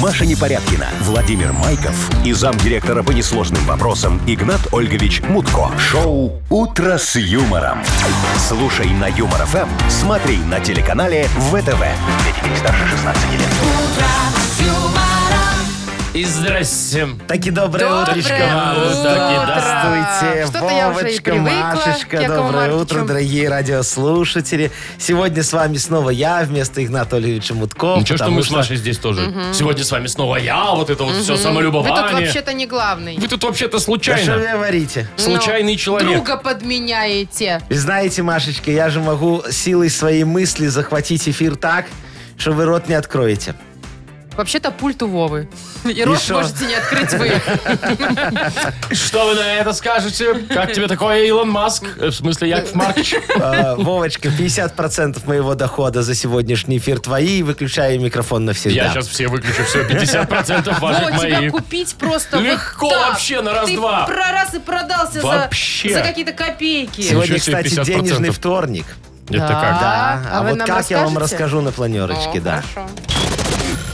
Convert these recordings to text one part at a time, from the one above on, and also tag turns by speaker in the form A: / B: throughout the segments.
A: Маша Непорядкина, Владимир Майков и замдиректора по несложным вопросам Игнат Ольгович Мутко. Шоу «Утро с юмором». Слушай на Юмор ФМ, смотри на телеканале ВТВ. Для детей старше 16 лет.
B: И здрасте.
C: Таки доброе,
D: Доброе
C: утречко.
B: Маша,
D: утро.
B: таки, да.
C: Здравствуйте,
D: Что-то я уже и
C: Вовочка,
D: привыкла к
C: Машечка.
D: Якову
C: Доброе
D: Марковичу.
C: утро, дорогие радиослушатели. Сегодня с вами снова я вместо Игната Ольевича Мутко.
B: Ничего, что
C: потому
B: мы с Машей здесь тоже. Сегодня с вами снова я, вот это вот все
D: Вы тут
B: самолюбование.
D: вообще-то не главный.
B: Вы тут вообще-то
C: Да что вы ну,
B: случайно.
C: говорите?
B: Случайный
D: Но
B: человек.
D: Друга подменяете.
C: Вы знаете, Машечка, я же могу силой своей мысли захватить эфир так, что вы рот не откроете.
D: Вообще-то пульт у Вовы. И рот
C: шо?
D: можете не открыть вы.
B: Что вы на это скажете? Как тебе такое, Илон Маск? Э, В смысле, Яков Маркович?
C: Э, Вовочка, 50% моего дохода за сегодняшний эфир твои, и выключаю микрофон навсегда.
B: Я сейчас все выключу, все,
C: Ну,
B: 50%
D: Во,
B: ваших
C: а
D: тебя
B: моих.
D: купить просто
B: Легко
D: вот так.
B: вообще, на раз-два.
D: Ты про раз и продался за,
B: Вообще.
D: за какие-то копейки.
B: Сегодня
C: Сегодня,
B: себе
C: кстати,
B: 50%.
C: денежный вторник.
B: Это как?
C: Да, а,
D: а вы
C: вот
D: нам
C: как я вам
D: расскажете?
C: расскажу на планерочке,
D: О,
C: да.
D: хорошо.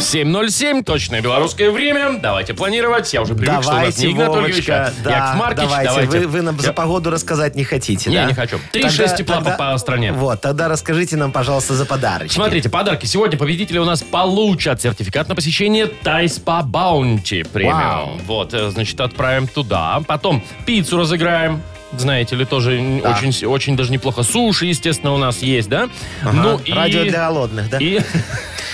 B: 7.07, точное белорусское время. Давайте планировать. Я уже привык, что у нас
C: Давайте,
B: не Игнат Ольгович,
C: Вовочка,
B: а
C: да,
B: Яков Маркович.
C: давайте.
B: Давайте.
C: Вы, вы нам за
B: Я-
C: погоду рассказать не хотите,
B: Не,
C: да?
B: не хочу. Три,
C: Тогда-
B: шесть тепла
C: тогда-
B: по- по стране.
C: Вот, тогда расскажите нам, пожалуйста, за подарочки.
B: Смотрите, подарки. Сегодня победители у нас получат сертификат на посещение Тайс по Баунти премиум.
C: Вау.
B: Вот, э, значит, отправим туда. Потом пиццу разыграем. Знаете ли, тоже н-
C: Да.
B: очень, с- очень даже неплохо. Суши, естественно, у нас есть, да?
C: Ага,
B: Ну и...
C: А, Радио для голодных, да?
B: и-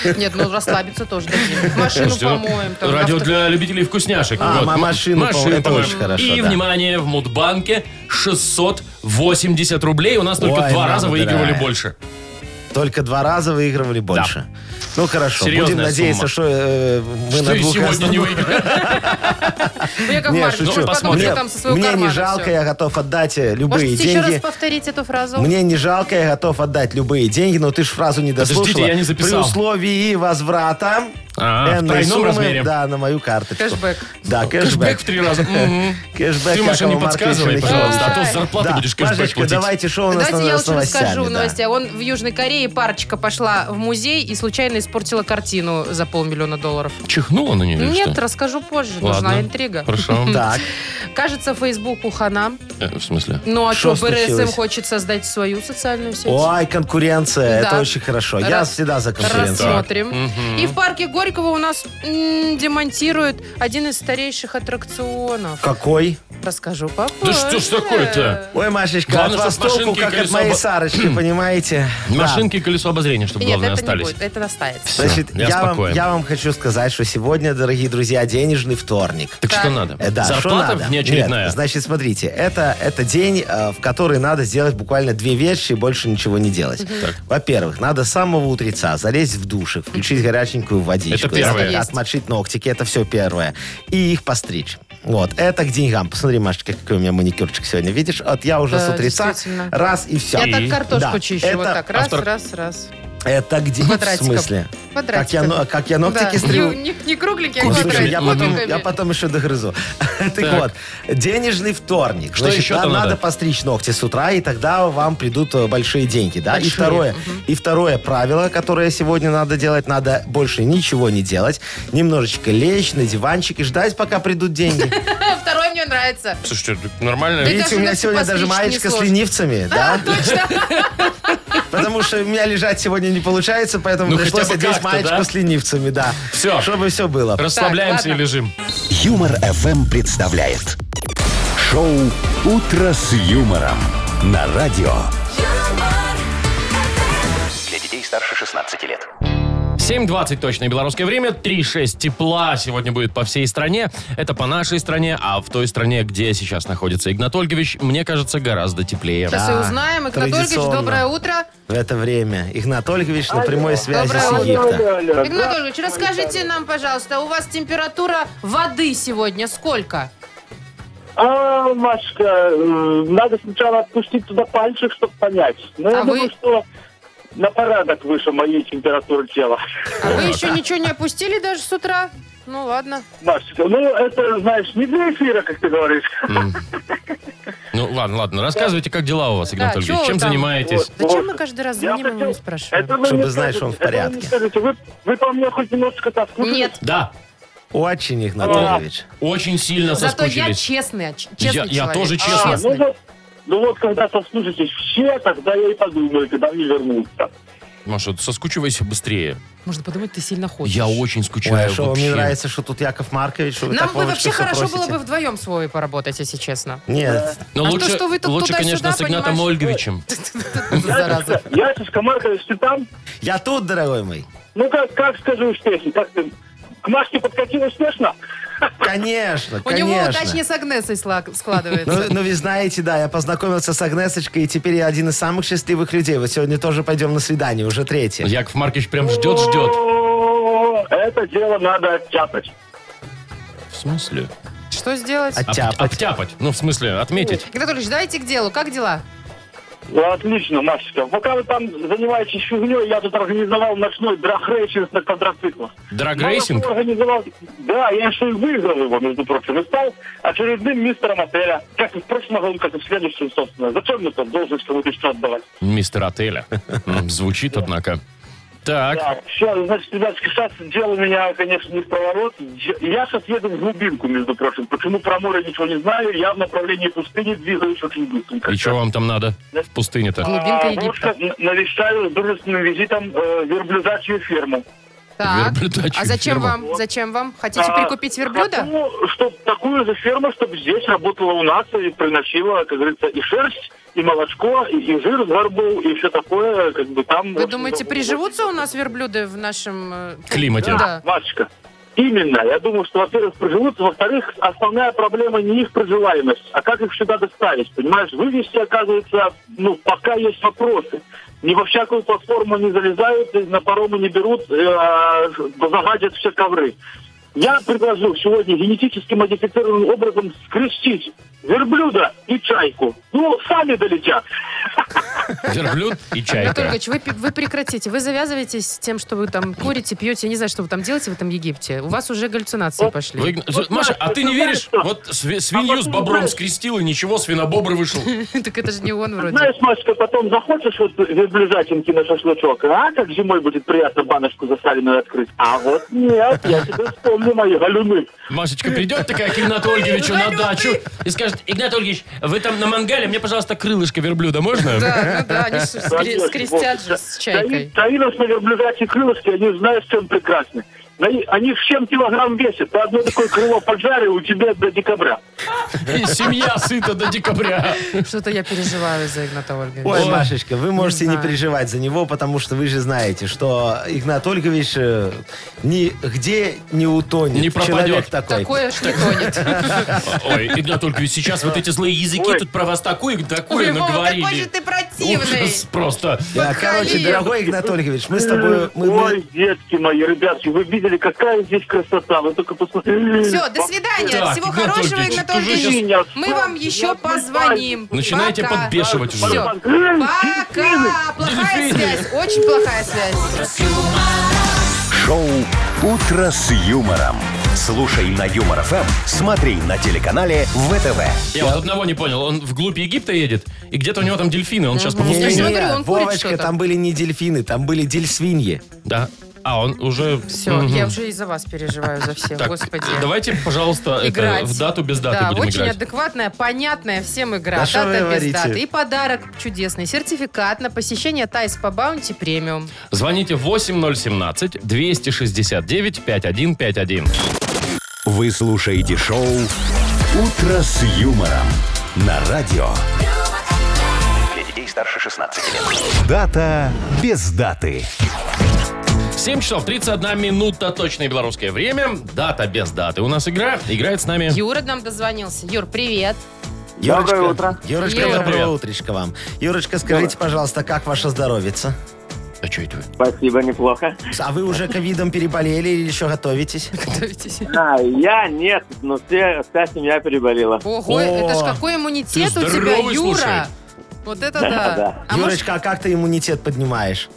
D: Нет, ну расслабиться тоже дадим. Машину
B: Слушайте, ну,
D: помоем. там,
B: Радио
D: авто-
B: для любителей вкусняшек.
C: А,
B: Вот,
C: ма-
B: м-
C: машину помоем, это
B: помоем.
C: очень хорошо,
B: И,
C: да.
B: внимание, в Мудбанке 680 рублей. У нас только
C: Ой,
B: два
C: мама
B: раза выигрывали
C: дорогая.
B: больше.
C: Только два раза выигрывали больше. Ну хорошо,
B: Серьезная
C: будем надеяться,
B: сумма.
C: что э, мы
B: Что
C: на
B: и
C: двух
B: сегодня не
C: остановимся.
B: выиграли.
D: Ну, Яков
C: Не,
D: Маркович,
B: ну,
C: шучу.
D: потом
B: посмотрим.
D: ты
C: Мне,
D: там со своего
C: мне не
D: кармана
C: жалко,
D: всё.
C: я готов отдать э, любые
D: Можете еще
C: деньги.
D: раз повторить эту фразу?
C: Мне не жалко, я готов отдать любые деньги, но ты ж фразу не
B: Подождите,
C: дослушала.
B: я не записал.
C: При условии возврата
B: А, в
C: энной
B: тройном
C: суммы,
B: размере.
C: да, на мою карточку.
D: Кэшбэк.
C: Да,
B: Кэшбэк
C: кэшбэк.
B: в три раза. Мгм.
C: Кэшбэк
B: Ты, Маша, не
C: Якова Марковича
B: подсказывай,
C: Лещева.
B: пожалуйста, а то с
D: Ай.
B: зарплаты
C: Да,
B: будешь кэшбэк
C: Машечка,
B: платить.
C: давайте, что у нас
D: Давайте
C: на-
D: я
C: с
D: лучше
C: новостями,
D: расскажу
C: да.
D: новости. Он в Южной Корее парочка пошла в музей и случайно испортила картину за полмиллиона долларов.
B: Чихнула на нее или
D: Нет,
B: что?
D: расскажу позже.
B: Ладно.
D: Нужна интрига.
B: Хорошо.
C: Так,
D: Кажется, Facebook хана.
B: Э, В смысле?
D: Ну а что,
C: Что
D: БРСМ
C: случилось?
D: хочет создать свою социальную сеть?
C: ой, конкуренция,
D: Да.
C: это очень хорошо. Я
D: Раз-
C: всегда за конкуренцию.
D: Рассмотрим. И в парке Горького у нас м, демонтируют один из старейших аттракционов.
C: Какой?
D: Расскажу попозже.
B: Да что ж такое-то?
C: Ой, Машечка,
B: Главное,
C: от вас
B: чтоб машинки
C: толку,
B: и
C: как от
B: колесо
C: моей
B: обо-
C: Сарочки, понимаете? Да.
B: Машинки и колесо обозрения, чтобы
D: Нет,
B: главное
D: это не
B: остались.
D: будет, это настаивается.
B: Всё,
C: Значит,
B: я
C: я, вам,
B: спокоен.
C: я вам хочу сказать, что сегодня, дорогие друзья, денежный вторник.
B: Так что надо?
C: Э, Да, что
B: Зарплата
C: надо?
B: внеочередная.
C: Нет, значит, смотрите, это, это день, э, в который надо сделать буквально две вещи и больше ничего не делать. Во-первых, надо с самого утреца залезть в душик, включить горяченькую водичку,
B: Это первое.
C: от- отмочить ногтики, это все первое, и их постричь. Вот, это к деньгам. Посмотри, Машечка, какой у меня маникюрчик сегодня. Видишь, вот я уже
D: Да,
C: с утреца
D: действительно.
C: раз и все.
B: И-
D: Я так картошку
C: Да,
D: чищу. вот
C: это
D: так. Раз,
B: автор-
D: раз, раз.
C: Это где? В
D: Квадратиком.
C: смысле?
D: Квадратиком.
C: Как я, но- как я ногтики
D: Да.
C: стригу?
D: Не, не- не кругленькие, а
B: Кубиками.
C: Слушай,
D: квадратики.
C: я потом, я потом еще догрызу. Так вот, денежный вторник.
B: Что
C: Значит,
B: еще-то
C: нам
B: надо?
C: надо постричь ногти с утра, и тогда вам придут э, большие деньги. Да? И,
D: Большие.
C: второе, и второе правило, которое сегодня надо делать, надо больше ничего не делать. Немножечко лечь на диванчик и ждать, пока придут деньги.
D: А Второй мне нравится.
B: Слушайте, так нормально.
D: Да
C: Видите, у меня
D: даже
C: сегодня даже
D: постричь
C: маечка с
D: несложно.
C: ленивцами,
E: А,
C: да? Потому что у меня лежать сегодня не получается, поэтому
B: Ну,
C: пришлось
B: хотя бы
C: одеть
B: как-то, да?
C: маечку с ленивцами, да.
B: Все.
C: Чтобы все было.
B: Расслабляемся
D: ладно.
B: и лежим.
A: Юмор FM представляет шоу Утро с юмором на радио. Для детей старше 16 лет.
B: 7.20 точное белорусское время, 3.6 тепла сегодня будет по всей стране. Это по нашей стране, а в той стране, где сейчас находится Игнат Ольгович, мне кажется, гораздо теплее.
D: Сейчас и
C: Да,
D: узнаем. Игнат Ольгович,
C: традиционно.
D: доброе утро.
C: В это время Игнат Ольгович на прямой связи
D: Доброе
C: с
D: утро.
C: Египта.
D: Игнат Ольгович, расскажите нам, пожалуйста, у вас температура воды сегодня сколько?
F: А, Машка, э, надо сначала отпустить туда пальчик, чтобы понять. Но я
D: А
F: думаю,
D: вы-
F: что на порядок выше моей температуры тела.
D: А вы еще ничего не опустили даже с утра? Ну ладно.
F: Машечка, ну это, знаешь, не для эфира, как ты говоришь.
B: Ну, ладно, ладно. Рассказывайте, как дела у вас, Игнат
D: Да,
B: Ольгович?
D: чё
B: Чем
D: вы там?
B: занимаетесь?
F: Вот.
D: Зачем мы каждый раз звоним и не спрашиваем?
F: это вы
C: Чтобы
F: мне
C: знаешь,
F: скажете,
C: он в
F: это вы мне
C: порядке.
F: скажете. Вы, вы по мне хоть немножечко соскучились?
D: Нет.
B: Да,
C: Очень, Игнат Ольгович.
B: очень сильно
E: Зато я
B: соскучились.
E: честный, ч- честный
B: Я- я
E: человек.
B: тоже
E: А,
B: честный.
F: А, ну, вот, ну вот, когда соскучитесь все, тогда я и подумаю, когда мне вернуться.
B: Маша, соскучивайся быстрее.
E: Можно подумать, ты сильно хочешь.
B: Я очень
C: Ой, а
B: скучаю
C: что вам не
B: вообще.
C: нравится, что тут Яков Маркович? Что вы
E: Нам
C: так
E: бы
C: Вовочка
E: вообще
C: всё
E: хорошо было
C: просите?
E: бы вдвоем с Вовой поработать, если честно.
C: Нет.
B: Но
E: А то,
B: лучше,
E: что вы тут
B: лучше
E: туда-сюда,
B: конечно, с Игнатом
E: понимаешь?
B: Ольговичем.
E: Зараза.
F: Яшечка Маркович, ты там?
C: Я тут, дорогой мой.
F: Ну как, как скажи успешно? Как ты? К Машке подкатил успешно?
C: Конечно,
E: У него
C: конечно.
E: удачнее с Агнесой сла-
C: Ну,
E: складывается.
C: ну, вы знаете, да, я познакомился с Агнесочкой, и теперь я один из самых счастливых людей. Вот сегодня тоже пойдем на свидание, уже третье.
B: Яков Маркович прям ждет-ждет.
F: О, Это дело надо оттяпать.
B: В смысле?
D: Что сделать?
C: От-
B: Об-
C: Оттяпать.
B: Обтяпать. Ну, в смысле, отметить.
E: Игнатольевич, давайте к делу. Как дела?
F: Ну, Отлично, Машечка. Пока вы там занимаетесь фигней, я тут организовал ночной драгрейсинг на квадроциклах.
B: Драгрейсинг?
F: Мало кто организовал. Да, я еще и выиграл его, между прочим, и стал очередным мистером отеля. Как и в прошлом году, как и в следующем, собственно. Зачем мне там должность кому-то еще отдавать?
B: Мистер отеля. М, Звучит, однако. Так,
F: Так, все, значит, ребятки, сейчас дело у меня, конечно, не в проворот. Я- Я сейчас еду в глубинку, между прочим. Почему про море ничего не знаю, я в направлении пустыни двигаюсь очень быстренько.
B: и что вам там надо в пустыне-то?
E: Глубинка
F: А,
E: Египта.
F: просто н- навещаю с дружественным визитом э, верблюзачью ферму.
E: Так.
B: Верблюдачью
E: А зачем
B: ферму.
E: вам? Зачем вам? Хотите
F: А,
E: прикупить верблюда?
F: Хочу, чтобы такую же ферму, чтобы здесь работала у нас и приносила, как говорится, и шерсть, и молочко, и, и жир с горбов, и все такое, как бы там...
D: Вы думаете, приживутся у нас верблюды в нашем... э,
B: Климате.
D: Да.
F: Машечка, именно. Я думаю, что, во-первых, приживутся, во-вторых, основная проблема не их проживаемость, а как их сюда доставить, понимаешь? Вывести, оказывается, ну, пока есть вопросы. Ни во всякую платформу не залезают, и на паромы не берут, э, а, загадят все ковры. Я предложил сегодня генетически модифицированным образом скрестить верблюда и чайку. Ну, сами долетят.
B: Верблюд и чайка.
D: Анатольевич, вы, пи- вы прекратите. Вы завязываетесь с тем, что вы там курите, пьете. Я не знаю, что вы там делаете в этом Египте. У вас уже галлюцинации пошли.
B: Вы, Игна- Слушай, Маша, а
E: Ну,
B: ты не веришь? Вот сви-
E: А
B: свинью с бобром скрестил, и ничего, свинобобр вышел.
D: Так это же не он вроде.
F: Знаешь, Машка, потом захочешь вот верблюжатинки на шашлычок, а как зимой будет приятно баночку засаленную открыть. А вот нет, я тебе вспомню мои галюны.
B: Машечка придет такая к Игнату Ольговичу на дачу и скажет, Игнат Ольгович, вы там на мангале, мне, пожалуйста, крылышко верблюда можно?
D: Да, ну да, они ж скре- скрестят же с чайкой.
F: Таинос на верблюжатьи крылышки, они знаешь, чем прекрасны. Они- Они всем килограмм весят. Ты одно такое крыло поджарил, у тебя до декабря.
B: И семья сыта до декабря.
E: Что-то я переживаю за Игната Ольговича.
C: Ой, Машечка, вы можете не,
E: знаю.
C: переживать за него, потому что вы же знаете, что Игнат Ольгович э, нигде не утонет.
B: Не пропадет.
C: Человек такой.
D: Такое ж не тонет.
B: Ой, Игнат Ольгович, сейчас вот эти злые языки
F: Ой.
B: тут про вас такое, такое
E: Ой, Вова, какой же
B: наговорили.
E: ты противный.
B: Ужас просто.
C: Да, короче,
E: Подхалим.
C: дорогой Игнат Ольгович, мы с тобой... мы- мы-
F: Ой, детки мои, ребятки, вы видели, какая здесь красота. Вы только посмотрите.
E: Все, до свидания.
B: Так,
E: Всего
B: Игнат
E: хорошего,
B: Ольгович,
E: Игнат
B: ты же
E: Ольгович.
F: сейчас-
E: Мы вам еще позвоним.
B: Начинаете
E: Пока.
B: подбешивать уже.
E: Всё. Пока. Плохая связь. Очень плохая связь.
A: Шоу «Утро с юмором». Слушай на Юмор ФМ, смотри на телеканале ВТВ.
B: Я вот одного не понял, он вглубь Египта едет, и где-то у него там дельфины, он сейчас по
C: Не, не,
B: пустыне.
D: смотрю, он курит
C: Вовочка,
D: что-то.
C: там были не дельфины, там были дельсвиньи.
B: Да. А, он уже...
D: Все, я уже и за вас переживаю, за всех,
B: Так, а,
D: господи.
B: давайте, пожалуйста, это,
D: Играть.
B: в дату без даты
D: да,
B: будем
D: очень
B: играть.
D: адекватная, понятная всем игра.
C: Да что вы
D: Дата без
C: говорите?
D: даты. И подарок чудесный. Сертификат на посещение Тайс по Баунти премиум.
B: Звоните 8017-269-5151.
A: Вы слушаете шоу «Утро с юмором» на радио. Для детей старше 16 лет. Дата без даты.
B: 7 часов 31 минута, точное белорусское время. Дата без даты. У нас игра. Играет с нами...
D: Юра нам дозвонился. Юр, привет.
C: Юрочка,
F: Доброе утро.
C: Юрочка,
D: Юра.
C: доброе
B: Привет.
C: утречко вам. Юрочка, скажите, пожалуйста, как ваше здоровится?
B: А что это вы?
F: Спасибо, неплохо.
C: А вы уже ковидом переболели или еще готовитесь?
D: Готовитесь.
F: А, я нет, но все, вся семья переболела.
D: Ого,
C: О,
D: это ж какой иммунитет
B: ты
D: у тебя,
B: здоровый,
D: Юра.
B: слушай.
D: Вот это да.
F: Да, да.
D: А может,
C: Юрочка, а как ты иммунитет поднимаешь?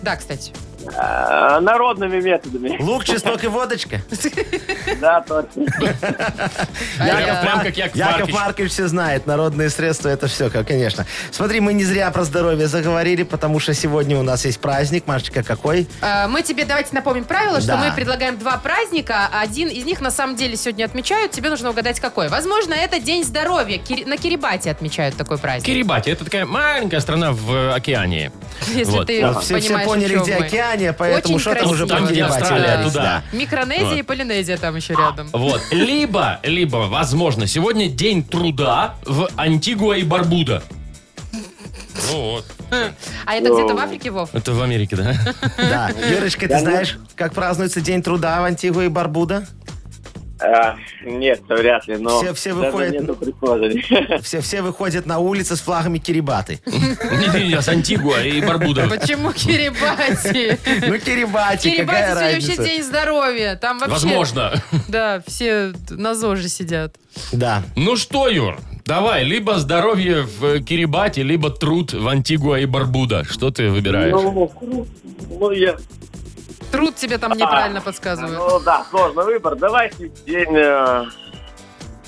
D: да, кстати.
F: Э, Народными методами.
C: Лук, чеснок и водочка.
F: Да, точно.
B: Прям, прям как Яков
C: Яков
B: Маркович.
C: Маркович все знает. Народные средства это все, как, конечно. Смотри, мы не зря про здоровье заговорили, потому что сегодня у нас есть праздник. Машечка, какой?
D: А, Мы тебе давайте напомним правило, что
C: Да.
D: мы предлагаем два праздника. Один из них на самом деле сегодня отмечают. Тебе нужно угадать, какой. Возможно, это День здоровья. Кири- На Кирибате отмечают такой праздник.
B: Кирибати. Это такая маленькая страна в э, океане.
D: Если
B: Вот.
D: ты
C: все, все
D: понимаешь, о
C: поняли,
D: чем
C: где
D: мы.
C: океане, поэтому
D: Очень
C: что там уже
D: красиво.
B: Там,
C: про
B: где
C: Кирибати
B: Австралия,
C: говорить,
B: туда.
C: да.
D: Микронезия и Полинезия там еще рядом.
B: Вот. Либо, либо, возможно, сегодня день труда в Антигуа и Барбуда. Ну вот.
D: А это где-то в Африке, Вов?
B: Это в Америке, да?
C: Да. Юрочка, ты знаешь, как празднуется День труда в Антигуа и Барбуда?
F: А, Нет, вряд ли, но...
C: Все- все
F: даже
C: выходят-
F: нету предположений.
C: Все, все выходят на улицы с флагами Кирибаты.
B: Не-не-не, с Антигуа и Барбуда.
D: А Почему Кирибати?
C: Ну, Кирибати,
D: Кирибати
C: какая
D: сегодня вообще
C: разница?
D: День здоровья. Там вообще...
B: Возможно.
D: Да, все на ЗОЖе сидят.
C: Да.
B: Ну что, Юр, давай, либо здоровье в э, Кирибати, либо труд в Антигуа и Барбуда. Что ты выбираешь?
F: Ну, ну, я...
D: Труд тебе там неправильно подсказывают.
F: Ну, да, сложный выбор. Давайте день... э,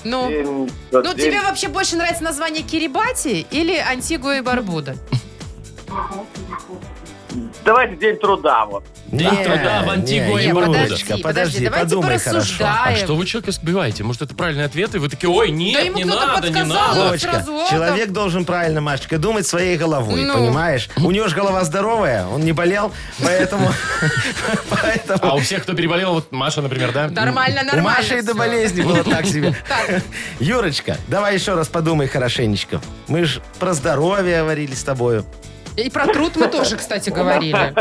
D: Ну,
F: день-
D: ну
F: день-
D: тебе вообще больше нравится название Кирибати или Антигуа и Барбуда?
F: Давайте день труда, вот.
B: День труда в Антигуа и
C: не,
B: Барбуда.
C: Юрочка, подожди,
D: давайте
C: подумай хорошо.
B: А
D: порассуждаем.
B: что вы человека сбиваете? Может, это правильный ответ, и вы такие, ой,
D: Да
B: нет,
D: ему
B: не
D: кто-то
B: надо, не
D: подсказал.
B: надо.
D: Вот
C: Вовочка,
D: сразу, вот
C: человек должен правильно, Машечка, думать своей головой,
D: Ну.
C: понимаешь? У него же голова здоровая, он не болел, поэтому...
B: А у
C: поэтому-
B: А всех, кто переболел, вот Маша, например, да?
D: Нормально,
C: У
D: А нормально.
C: Маши и до
D: всё.
C: болезни было так себе.
D: Так.
C: Юрочка, давай еще раз подумай хорошенечко. Мы же про здоровье говорили с тобою.
D: И про труд мы тоже, кстати, говорили.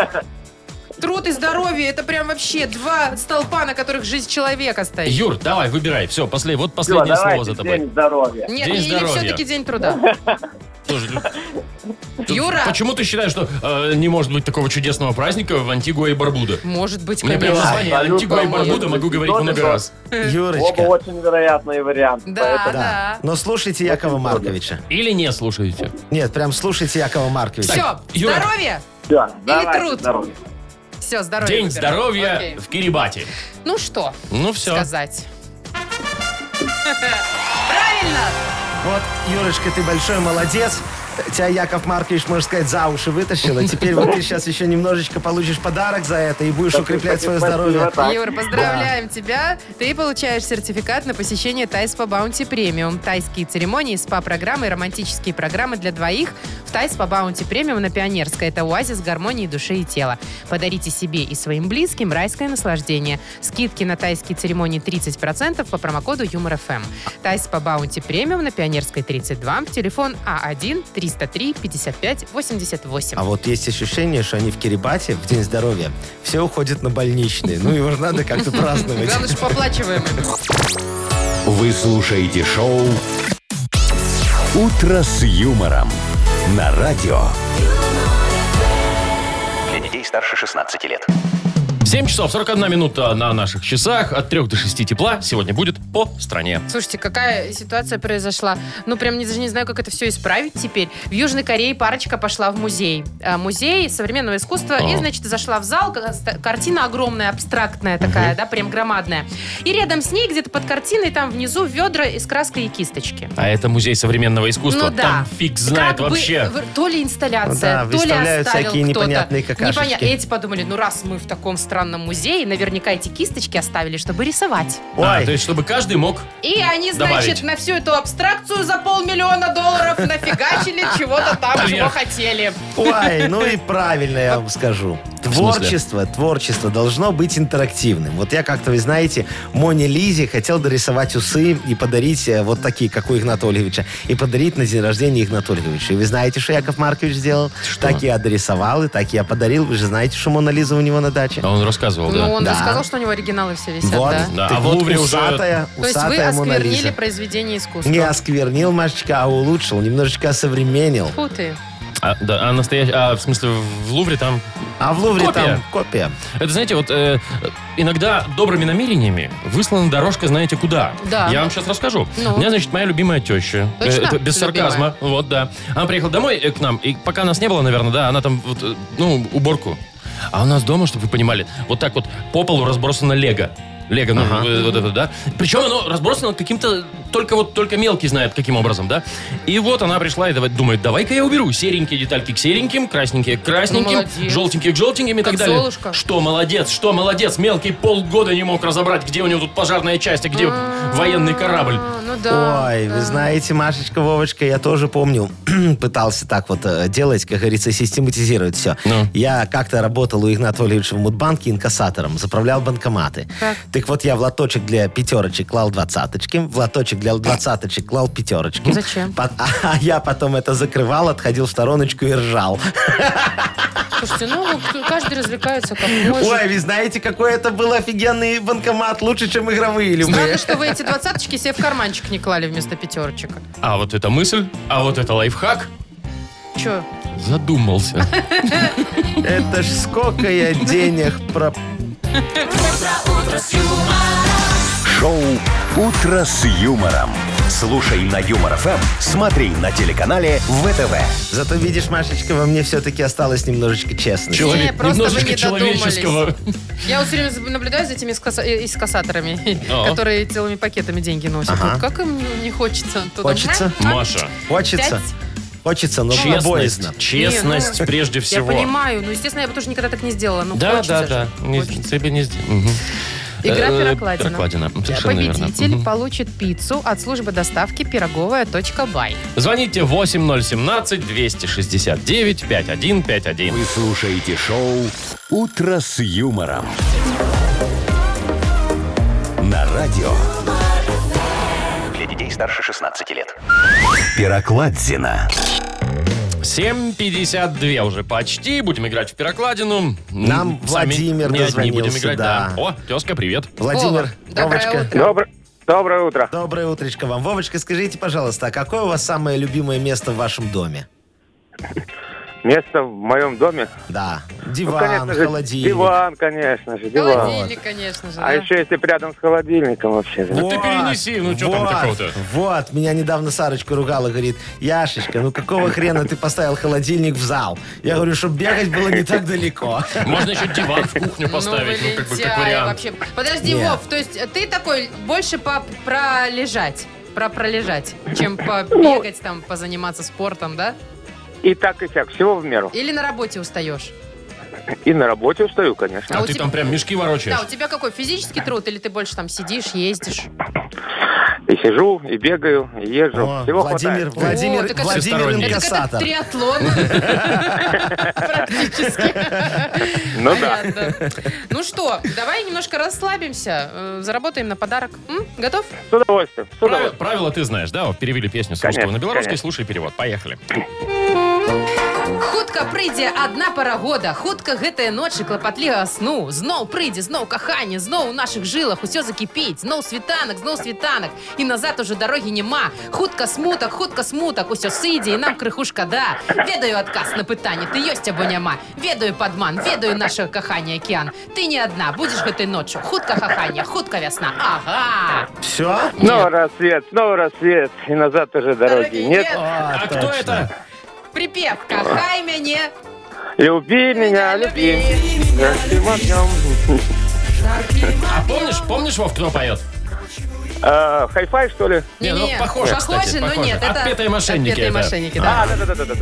D: Труд и здоровье это прям вообще два столпа, на которых жизнь человека стоит.
B: Юр, давай, выбирай. Все, после, вот
F: Всё,
B: последнее слово
F: давайте
B: за тобой.
F: день здоровья.
D: Нет,
B: День
D: или
B: здоровья.
D: все-таки день труда.
B: Тоже, ну, тут-
D: Юра.
B: Почему ты считаешь, что э, не может быть такого чудесного праздника в Антигуа и Барбуда?
D: Может быть,
B: Мне прям
D: конечно.
B: название Антигуа и
D: по-моему.
B: Барбуда могу говорить много раз.
F: Оба
C: Юрочка,
F: очень вероятные варианты.
D: Да,
F: поэтому-
D: А, да.
C: да. Но слушайте Якова Марковича.
B: Или не слушаете.
C: Нет, прям слушайте Якова Марковича.
D: Все,
B: Юра.
D: здоровье.
F: Всё, давайте
D: труд.
F: здоровья.
D: Все, здоровье.
B: День
D: выбираем.
B: здоровья
D: Окей.
B: в Кирибати.
D: Ну что
B: Ну все.
D: сказать? Правильно!
C: Вот, Юрочка, ты большой молодец. Тебя Яков Маркович, можно сказать, за уши вытащил. А теперь вот ты сейчас еще немножечко получишь подарок за это и будешь укреплять свое
F: Спасибо,
C: здоровье.
F: так.
D: Юр, поздравляем тебя. Ты получаешь сертификат на посещение Тайс по Баунти Премиум. Тайские церемонии, спа-программы и романтические программы для двоих в Тайс по Баунти Премиум на Пионерской. Это оазис гармонии души и тела. Подарите себе и своим близким райское наслаждение. Скидки на тайские церемонии 30% по промокоду Юмор Эм. ФМ. Тайс по Баунти Премиум на Пионерской 32, телефон
C: А
D: А1-303-55-88.
C: вот есть ощущение, что они в Кирибате в День здоровья все уходят на больничные. Ну, его же надо как-то праздновать.
D: Главное, что поплачиваем.
A: Вы слушаете шоу «Утро с юмором» на радио. Для детей старше 16 лет.
B: 7 часов 41 минута на наших часах. От 3 до 6 тепла сегодня будет по стране.
D: Слушайте, какая ситуация произошла? Ну, прям не- даже не знаю, как это все исправить теперь. В Южной Корее парочка пошла в музей. А, Музей современного искусства.
B: Ага.
D: И, значит, зашла в зал. ка- ста- Картина огромная, абстрактная такая, да, прям громадная. И рядом с ней, где-то под картиной, там внизу ведра из краски и кисточки.
B: А это музей современного искусства.
D: Ну да.
B: Там фиг знает
D: Как бы,
B: вообще.
D: в- то ли инсталляция,
C: Ну да,
D: то ли
C: выставляют
D: оставил
C: всякие
D: кто-то.
C: непонятные какашечки.
D: Непоня- Эти подумали, ну раз мы в таком странном музее, наверняка эти кисточки оставили, чтобы рисовать.
B: А, то
C: Ой,
B: есть, чтобы каждый мог.
D: И
C: Ну,
D: они, значит,
B: Добавить.
D: на всю эту абстракцию за полмиллиона долларов нафигачили чего-то там,
B: Наверх.
D: чего хотели.
C: ой, ну и правильно я вам скажу.
B: смысле?
C: Творчество, творчество должно быть интерактивным. Вот я как-то, вы знаете, Моне Лизе хотел дорисовать усы и подарить э, вот такие, как у Игната Ольговича, и подарить на день рождения Игната Ольговича. И вы знаете, что Яков Маркович сделал? Так я дорисовал, и так я подарил. Вы же знаете, что Мона Лиза у него на даче.
B: А он рассказывал, да.
D: Ну, он
C: Да.
D: рассказал, что у него оригиналы все висят,
C: Вот,
D: да?
B: Да,
C: ты
B: а в
C: вот
B: Лувре уже-
C: усатая,
D: То есть вы
C: усатая Мона
D: осквернили
C: Лиза.
D: произведение искусства.
C: Не осквернил, Машечка, а улучшил, немножечко осовременил.
D: Фу ты.
B: А, да, а настоящий. А, в смысле, в Лувре там.
C: А в Лувре
B: Копия.
C: там копия.
B: Это, знаете, вот э, иногда добрыми намерениями выслана дорожка, знаете, куда.
D: Да.
B: Я вам сейчас расскажу.
D: Ну.
B: У меня, значит, моя любимая теща. Э,
D: Точно?
B: это без
D: Любимая?
B: сарказма. Вот, да. Она приехала домой э, к нам, и пока нас не было, наверное, да, она там, вот, э, ну, уборку. А у нас дома, чтобы вы понимали, вот так вот по полу разбросано лего. Лего, ну, э, вот это, да. Причем оно разбросано каким-то, только вот, только мелкий знает, каким образом, да. И вот она пришла и давай- думает, давай-ка я уберу серенькие детальки к сереньким, красненькие к красненьким,
D: Ну, молодец.
B: желтенькие к желтеньким и
D: Как
B: так далее.
D: Золушка.
B: Что молодец, что молодец, мелкий полгода не мог разобрать, где у него тут пожарная часть, а где военный корабль.
D: А, ну да.
C: Ой,
D: да.
C: вы знаете, Машечка, Вовочка, я тоже помню, пытался так вот э, делать, как говорится, систематизировать все.
B: Ну.
C: Я как-то работал у Игната Анатольевича в Мудбанке инкассатором, заправлял банкоматы.
D: Так.
C: вот я в лоточек для пятерочек клал двадцаточки, в лоточек для двадцаточек клал пятерочки.
D: Зачем?
C: По- а я потом это закрывал, отходил в стороночку и ржал.
D: Слушайте, ну кто- каждый развлекается как может.
C: Ой, вы знаете, какой это был офигенный банкомат, лучше, чем игровые
D: Странно,
C: любые.
D: что вы эти двадцаточки себе в карманчик не клали вместо пятерочек.
B: А вот это мысль, а вот это лайфхак.
D: Че?
B: Задумался.
C: Это ж сколько я денег про...
A: Шоу «Утро с юмором». Слушай на Юмор ФМ, смотри на телеканале ВТВ.
C: Зато, видишь, Машечка, во мне все-таки осталось немножечко честности.
B: Человек,
D: просто вы
B: немножечко
D: не додумались.
B: человеческого.
D: Я вот все время заб- наблюдаю за этими эскаса- э, эскассаторами,
B: О.
D: которые целыми пакетами деньги носят. Вот Как им не хочется? туда?
C: Хочется?
B: Маша,
C: Хочется.
D: Пять?
C: Хочется, но боязно.
B: честность, честность
D: Не, ну,
B: прежде
D: Я
B: всего.
D: понимаю. Ну, естественно, я бы тоже никогда так не сделала. Ну,
B: Да,
D: хочется
B: да,
D: же.
B: да. Не-
D: Хочется.
B: Тебе не сд- мгм.
D: Игра
B: Э,
D: «Пирокладина».
B: Пирокладина, совершенно верно.
D: Победитель
B: Мгм.
D: получит пиццу от службы доставки пироговая.бай.
B: Звоните 8017-269-5151.
A: Вы слушаете шоу «Утро с юмором». На радио.
G: Для детей старше 16 лет.
A: Пирокладзина.
B: 7.52 уже почти. Будем играть в пирокладину.
C: Нам
B: М,
C: Владимир
B: не одни будем
C: дозвонился,
B: играть, да.
C: да.
B: О, тезка, привет.
C: Владимир,
D: Вова, доброе
C: Вовочка.
D: утро.
F: Доброе, доброе утро.
C: Доброе утречко вам. Вовочка, скажите, пожалуйста, а какое у вас самое любимое место в вашем доме?
F: Место в моем доме.
C: Да.
B: Ну,
C: Диван, холодильник.
F: Диван, конечно же,
D: Холодильник, конечно же. да.
F: если рядом с холодильником вообще.
B: Ну ты перенеси, ну чё там такого-то?
C: Вот, меня недавно Сарочка ругала, говорит, Яшечка, ну какого хрена ты поставил холодильник в зал? Я говорю, чтобы бегать было не так далеко.
B: Можно еще диван в кухню
D: Ну,
B: поставить, ну, как бы как
D: лентяй
B: вариант.
D: вообще. Подожди,
C: Нет.
D: Вов, то есть ты такой больше по пролежать, про пролежать, чем побегать там, позаниматься спортом, да?
F: И так и сяк, всего в меру.
D: Или на работе устаешь?
F: И на работе устаю, конечно.
B: А,
D: А у
B: ты
D: тебя-
B: там прям мешки ворочаешь.
D: Да, у тебя какой физический труд, или ты больше там сидишь, ездишь?
F: И сижу, и бегаю, и езжу.
C: О,
F: всего
C: Владимир,
F: хватает.
D: О,
C: Владимир,
D: так это-
C: Владимир
B: Всесторонний.
D: Это как-то
C: инкассатор.
D: триатлон практически.
F: Ну да.
D: Понятно. Ну что, давай немножко расслабимся, э, заработаем на подарок. М? Готов?
F: С удовольствием, с
B: Правила,
F: удовольствием.
B: правила ты знаешь, да? Вот Перевели песню с русского
F: Конечно,
B: на белорусский,
F: конечно.
B: слушай перевод. Поехали.
D: Хутка прийде одна пара года, хутка гэтая ночы клапатліга сну. Зноў прыйдзе, зноў каханне, зноў у нашых жылах усё закіпіць, зноў світанак, зноў світанак. І назад уже дарогі няма. Хутка смутак, хутка смутак, усё сыдзе і нам крыху шкада. Ведаю адказ на пытанне, ты ёсць або няма. Ведаю падман, ведаю нашага кахання акіян. Ты не адна, будзеш гэтай ноччу. Хутка кахання, хутка вясна. Ага.
C: Все?
F: Снова рассвет, снова рассвет, и назад уже дороги нет.
B: А кто это?
D: Припев «Кахай мяне,
F: Люби меня, люби. горячим огнем.
B: А помнишь, помнишь, Вов, кто поет?
F: А, Хай-фай, что ли?
B: Не, ну,
D: Не-не,
B: похоже, кстати,
D: похоже, но
B: похоже.
D: нет, это
B: Отпетые мошенники
D: отпетые
B: это.
D: мошенники, да.
F: А, да-да-да-да. да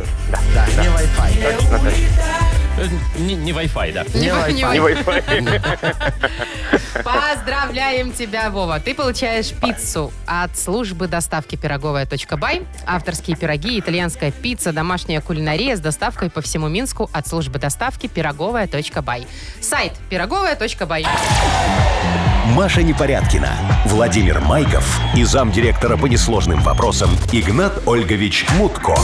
C: Да, не Wi-Fi.
B: Э, Не, не Wi-Fi, да.
D: Не во- не
F: Не
D: во-
F: Wi-Fi.
D: Поздравляем тебя, Вова. Ты получаешь пиццу от службы доставки пироговая.бай. Авторские пироги, итальянская пицца, домашняя кулинария с доставкой по всему Минску от службы доставки пироговая.бай. Сайт пироговая.бай.
A: Маша Непорядкина, Владимир Майков и замдиректора по несложным вопросам Игнат Ольгович Мутко.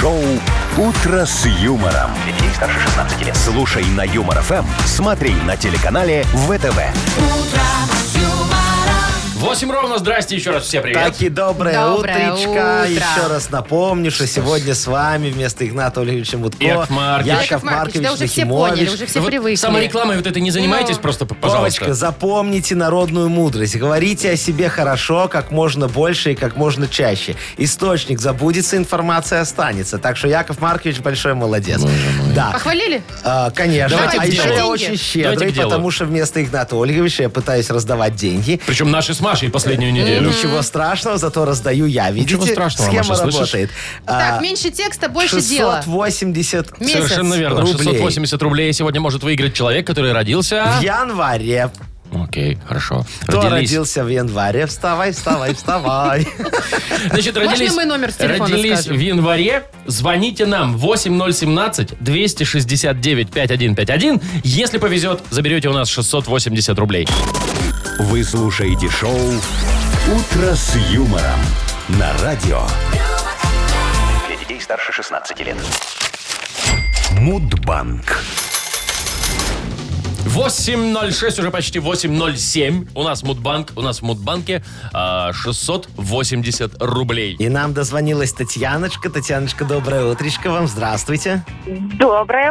A: Шоу «Утро с юмором». Детей старше 16 лет. Слушай на Юмор ФМ, смотри на телеканале ВТВ.
B: Восемь ровно, здрасте еще раз, все привет.
C: Так и доброе,
D: Доброе
C: утречко.
D: утро.
C: Еще раз напомню, что сегодня с вами вместо Игната Ольговича Мутко
B: Яков Маркович. Ну
C: Яков Маркович
D: да уже все поняли, уже все
B: Вы
D: привыкли. Ну.
B: Саморекламой вот этой не занимайтесь просто, п-
C: Пожалуйста.
B: пожалуйста.
C: запомните народную мудрость. Говорите о себе хорошо, как можно больше и как можно чаще. Источник забудется, информация останется. Так что Яков Маркович большой молодец. Да.
D: Похвалили?
C: А, конечно.
B: Давайте
C: а
B: к
C: еще
B: делу.
C: я
D: Деньги.
C: очень
B: Давайте
C: щедрый,
B: к делу.
C: потому что вместо Игната Ольговича я пытаюсь раздавать деньги.
B: Причем наши с Машей последнюю неделю.
C: Ничего страшного, зато раздаю я. Видите,
B: Ничего страшного,
C: схема
B: Маша, слышишь?
C: работает.
D: Так,
C: А,
D: меньше текста, больше дела.
C: 680
D: Месяц.
B: Совершенно верно.
C: Рублей.
B: 680 рублей сегодня может выиграть человек, который родился...
C: в январе.
B: Окей, хорошо.
C: Кто
B: Родились.
C: родился в январе? Вставай, вставай, вставай.
B: Значит,
D: Можно
B: родились,
D: мы номер с телефона
B: родились
D: скажем?
B: в январе. Звоните нам 8017-269-5151. Если повезет, заберете у нас 680 рублей.
A: Вы слушаете шоу «Утро с юмором» на радио
G: Для детей старше 16 лет.
A: Мудбанк.
B: 8.06, уже почти 8.07. У нас Мудбанк, у нас в Мудбанке а, 680 рублей.
C: И нам дозвонилась Татьяночка. Татьяночка, доброе утречко вам. Здравствуйте.
D: Доброе
H: Доброе,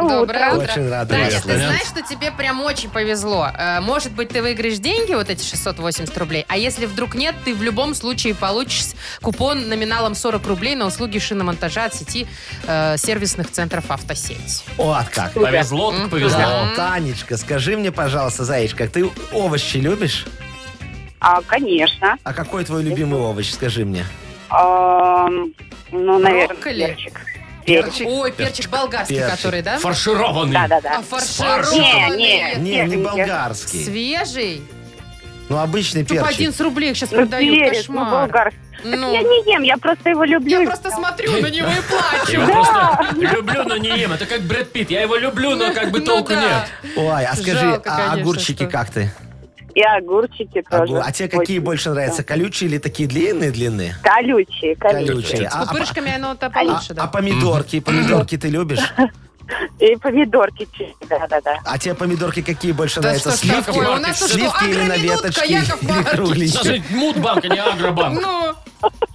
H: утро.
D: утро.
C: Очень рада
D: Таня,
C: вас
D: ты
B: слышать.
D: знаешь, что тебе прям очень повезло. Э, Может быть, ты выиграешь деньги, вот эти 680 рублей, а если вдруг нет, ты в любом случае получишь купон номиналом 40 рублей на услуги шиномонтажа от сети э, сервисных центров «Автосеть».
C: Вот а как.
B: Повезло, так повезло.
C: Да. Танечка, скажи мне, пожалуйста, Заячка, ты овощи любишь?
H: А, конечно.
C: А какой твой любимый овощ, скажи мне?
H: Ам, ну, наверное,
D: Брокколи?
H: перчик. Перчик.
D: Ой, перчик болгарский,
C: Перчик.
D: который, да?
B: Фаршированный.
H: Да, да,
D: А
H: да.
D: фаршированный.
H: Не,
C: Не, не
H: Свеженький.
C: болгарский.
D: Свежий?
C: Ну, обычный
D: Тупо один
C: перчик.
D: с рублей сейчас
H: Ну,
D: продают.
H: перец, ну,
D: Кошмар.
H: болгарский.
D: Ну.
H: Я не ем, я просто его люблю.
D: Я просто смотрю на него и
B: Я его
D: плачу.
B: просто люблю, но не ем. Это как Брэд Питт. Я его люблю, но как бы
D: Ну
B: толку
D: да.
B: нет.
C: Ой, а скажи,
D: Жалко,
C: а
D: конечно,
C: огурчики
D: что-
C: как ты?
H: И огурчики тоже.
C: Огур- А тебе какие
H: Очень
C: больше нравятся, колючие или такие длинные-длинные?
H: Колючие, колючие.
C: Колючие. А, а-
D: Пырышками оно-то
C: а-
D: получше,
C: а
D: да.
C: помидорки, помидорки ты любишь?
H: И помидорки, да, да, да.
C: А тебе помидорки какие больше
D: Да
C: нравятся?
D: что ж такое? У нас тут что,
C: сливки или на
D: агроминутка,
C: веточке?
D: Яков
C: Или
D: Маркович?
B: Сейчас
C: кругленькие?
B: ведь Мудбанк, а не Агробанк.
D: Ну,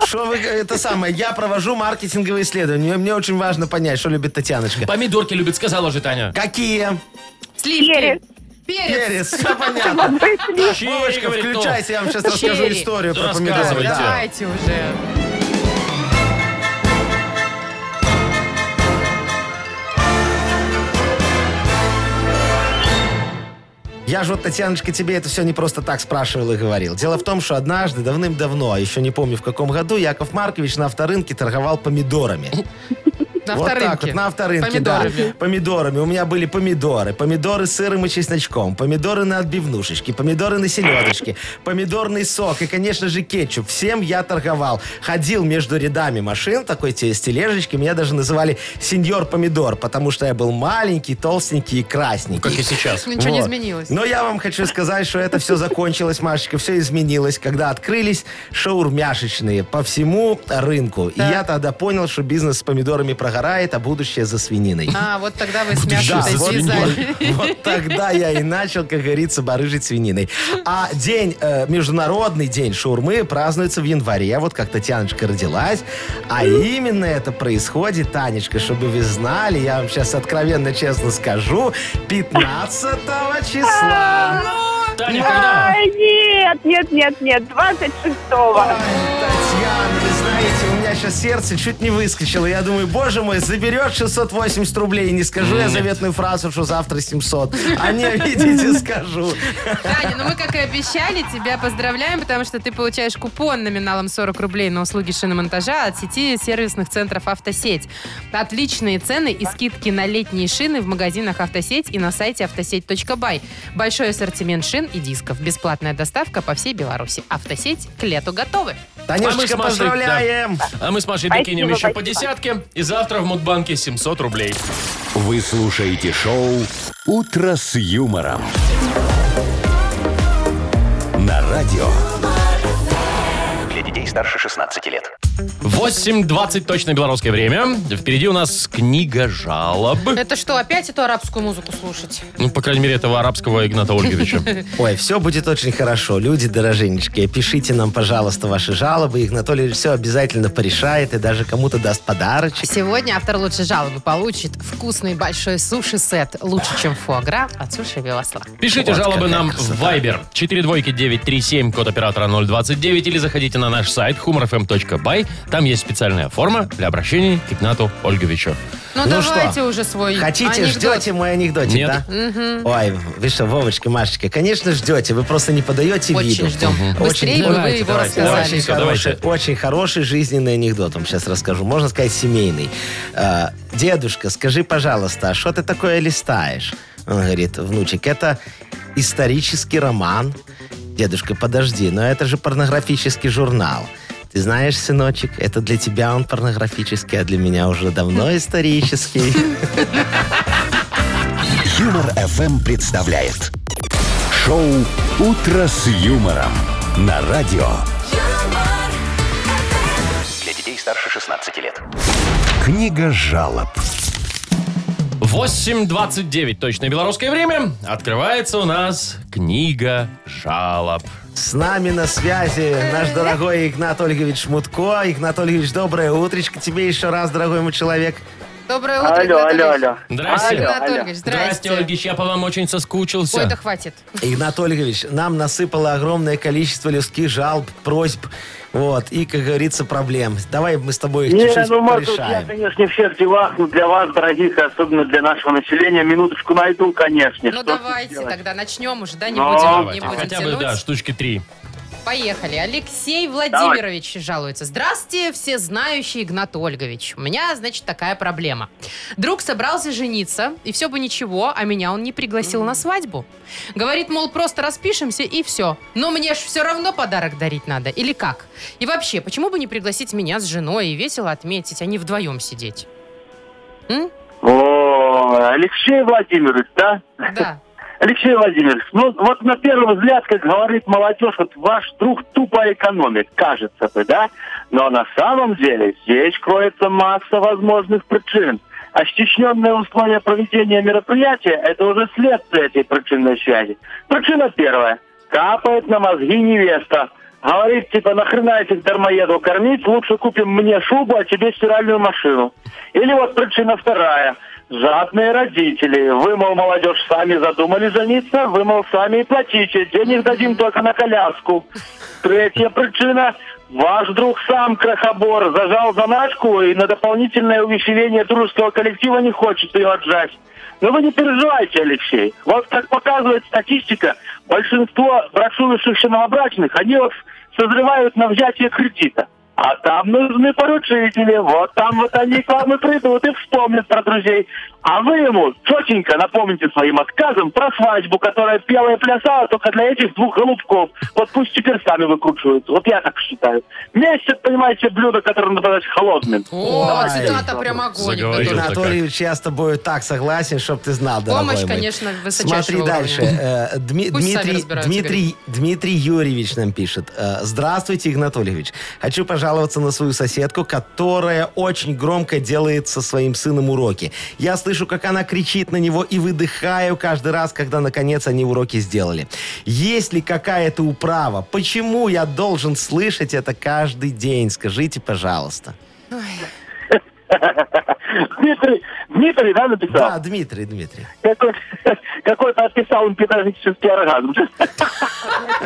C: Что вы, это самое, я провожу маркетинговые исследования. Мне очень важно понять, что любит Татьяночка.
B: Помидорки любит, сказала же Таня.
C: Какие?
D: сливки.
H: Перец.
D: Перец.
C: Перец, все понятно.
B: Черри,
C: Вовочка,
B: говорит, то.
C: включайся, я вам сейчас расскажу
D: Черри.
C: историю про
B: Рассказывайте.
C: помидоры. да.
D: Давайте уже.
C: Я же вот, Татьяночка, тебе это все не просто так спрашивал и говорил. Дело в том, что однажды, давным-давно, еще не помню в каком году, Яков Маркович на авторынке торговал помидорами.
D: На
C: вот так
D: авторынке.
C: вот, на авторынке,
D: Помидорами.
C: да. Помидорами. У меня были помидоры. Помидоры с сыром и чесночком. Помидоры на отбивнушечке. Помидоры на селедочке. Помидорный сок. И, конечно же, кетчуп. Всем я торговал. Ходил между рядами машин, такой те с тележечки. Меня даже называли сеньор помидор, потому что я был маленький, толстенький и красненький.
B: Как и сейчас.
D: Ничего не
C: Вот. Ну,
D: изменилось.
C: Но я вам хочу сказать, что это все закончилось, Машечка, все изменилось, когда открылись шаурмяшечные по всему рынку. И я тогда понял, что бизнес с помидорами прогорает, а будущее за свининой.
D: А, вот тогда вы с
C: Да,
D: мясом-то и
C: вот,
D: связали.
C: вот- вот тогда я и начал, как говорится, барыжить свининой. А день, э, международный день шаурмы празднуется в январе, вот как Татьяночка родилась. А именно это происходит, Танечка, чтобы вы знали, я вам сейчас откровенно, честно скажу, 15 числа.
B: Таня, когда?
H: Ай, нет, нет, нет, нет, 26-го.
C: Ой, Татьяна, вы знаете, у меня сейчас сердце чуть не выскочило. Я думаю, боже мой, заберет 680 рублей. Не скажу я заветную фразу, что завтра 700. А не, видите, скажу.
D: Таня, ну мы, как и обещали, тебя поздравляем, потому что ты получаешь купон номиналом 40 рублей на услуги шиномонтажа от сети сервисных центров «Автосеть». Отличные цены и скидки на летние шины в магазинах «Автосеть» и на сайте автосеть.бай. Большой ассортимент шин и дисков. Бесплатная доставка по всей Беларуси. «Автосеть» к лету готовы.
B: А мы с
C: Танюшечка,
B: Машей,
C: поздравляем.
B: А мы с Машей
H: Спасибо,
B: докинем еще по
H: спасибо.
B: десятке. И завтра в Мудбанке 700 рублей.
A: Вы слушаете шоу «Утро с юмором» на радио
G: Для детей старше 16 лет.
B: 8.20 точно белорусское время. Впереди у нас книга жалоб.
D: Это что, опять эту арабскую музыку слушать?
B: Ну, по крайней мере, этого арабского Игната Ольговича.
C: Ой, все будет очень хорошо. Люди, дороженечки, пишите нам, пожалуйста, ваши жалобы. Их Анатолий все обязательно порешает и даже кому-то даст подарочек.
D: Сегодня автор лучшей жалобы получит вкусный большой суши-сет лучше, чем фуагра от суши Вивасла.
B: Пишите
C: Вот
B: жалобы
C: какая
B: нам в
C: красота.
B: Viber 42937, код оператора 029, или заходите на наш сайт humorfm.by. Там есть специальная форма для обращений к Игнату Ольговичу.
D: Ну,
C: Ну
D: давайте
C: что,
D: уже свой
C: Хотите,
D: анекдот.
C: ждете мой анекдотик,
B: Нет.
C: да? Ой, вы что, Вовочка, Машечка, конечно, ждете. Вы просто не подаете
D: Очень
C: виду.
D: ждем. Мгм. Быстрее
C: Очень-
D: бы вы
C: Давайте,
D: его
C: давайте.
D: рассказали.
C: Очень
B: Всё,
C: хороший,
B: давайте.
C: очень хороший жизненный анекдот вам сейчас расскажу. Можно сказать, семейный. А, Дедушка, скажи, пожалуйста, а что ты такое листаешь? Он говорит, внучек, это исторический роман. Дедушка, подожди, но это же порнографический журнал. Ты знаешь, сыночек, это для тебя он порнографический, а для меня уже давно исторический.
A: Юмор FM представляет шоу Утро с юмором на радио
I: юмор,
G: Для детей старше 16 лет.
A: Книга жалоб.
B: 8.29, точное белорусское время. Открывается у нас книга жалоб.
C: С нами на связи наш дорогой Игнат Ольгович Мутко. Игнат Ольгович, доброе утречко тебе еще раз, дорогой мой человек.
D: Доброе утро,
F: Алло,
D: Игнат
F: алло,
D: Ольгович.
F: алло.
B: Здрасте.
F: Алло,
D: Игнат
F: алло.
D: Ольгович,
B: Здрасте,
D: здрасте.
B: Ольгич, я по вам очень соскучился.
D: Ой, да хватит. Ну,
C: Игнат Ольгович, нам насыпало огромное количество людских жалоб, просьб, вот, и, как говорится, проблем. Давай мы с тобой их
F: Не,
C: чуть-чуть
F: ну, может, быть, я,
C: порешаем.
F: конечно, в всех делах, но для вас, дорогих, и особенно для нашего населения, минуточку найду, конечно.
D: Ну
F: Что ж
D: давайте
F: делать?
D: тогда начнем уже, да, не
F: Ну,
D: будем, не
B: Давайте,
D: будем
B: хотя бы, да,
D: тянуть.
B: штучки три.
D: Поехали. Алексей Владимирович жалуется. Здравствуйте, все знающий Игнат Ольгович. У меня, значит, такая проблема. Друг собрался жениться, и все бы ничего, а меня он не пригласил на свадьбу. Говорит, мол, просто распишемся и все. Но мне ж все равно подарок дарить надо, или как? И вообще, почему бы не пригласить меня с женой и весело отметить, а не вдвоем сидеть? М?
F: О, Алексей Владимирович, да?
D: Да.
F: Алексей Владимирович, ну вот на первый взгляд, как говорит молодежь, вот ваш друг тупо экономит, кажется бы, да? Но на самом деле здесь кроется масса возможных причин. Ощущенные условия проведения мероприятия – это уже следствие этой причинной связи. Причина первая. Капает на мозги невеста. Говорит, типа, нахрена этих дармоедов кормить, лучше купим мне шубу, а тебе стиральную машину. Или вот причина вторая. Жадные родители. Вы, мол, молодежь, сами задумали жениться, вы, мол, сами и платите. Денег дадим только на коляску. Третья причина. Ваш друг сам, крохобор, зажал заначку и на дополнительное увеселение дружеского коллектива не хочет ее отжать. Но Ну, вы не переживайте, Алексей. Вот как показывает статистика, большинство бракующихся новобрачных, они вот созревают на взятие кредита. А там нужны поручители, вот там вот они к вам и придут и вспомнят про друзей. А вы ему четенько напомните своим отказом про свадьбу, которая пела и плясала только для этих двух голубков. Вот пусть теперь сами выкручиваются, вот я так считаю. Месяц, понимаете, блюдо, которое надо подать холодным.
D: О,
C: Ой.
D: цитата прям огонь.
B: Заговорил.
D: Игнат Ольгович.
C: Игнат
B: как.
C: Ольгович, я с тобой так согласен, чтоб ты знал, дорогой
D: Помощь,
C: мой.
D: конечно, высочайшего
C: Смотри
D: уровня.
C: дальше. Э, Дми-
D: Пусть сами
C: Дмитрий,
D: разбираются,
C: Дмитрий, Дмитрий Юрьевич нам пишет. Э, Здравствуйте, Игнат Ольгович. Хочу пожаловаться на свою соседку, которая очень громко делает со своим сыном уроки. Я слышу, как она кричит на него и выдыхаю каждый раз, когда, наконец, они уроки сделали. Есть ли какая-то управа? Почему я должен слышать это каждый день? Скажите, пожалуйста.
F: Дмитрий, Дмитрий, да, написал?
C: Да, Дмитрий, Дмитрий.
F: Какой- Какой-то отписал им педагогический оргазм.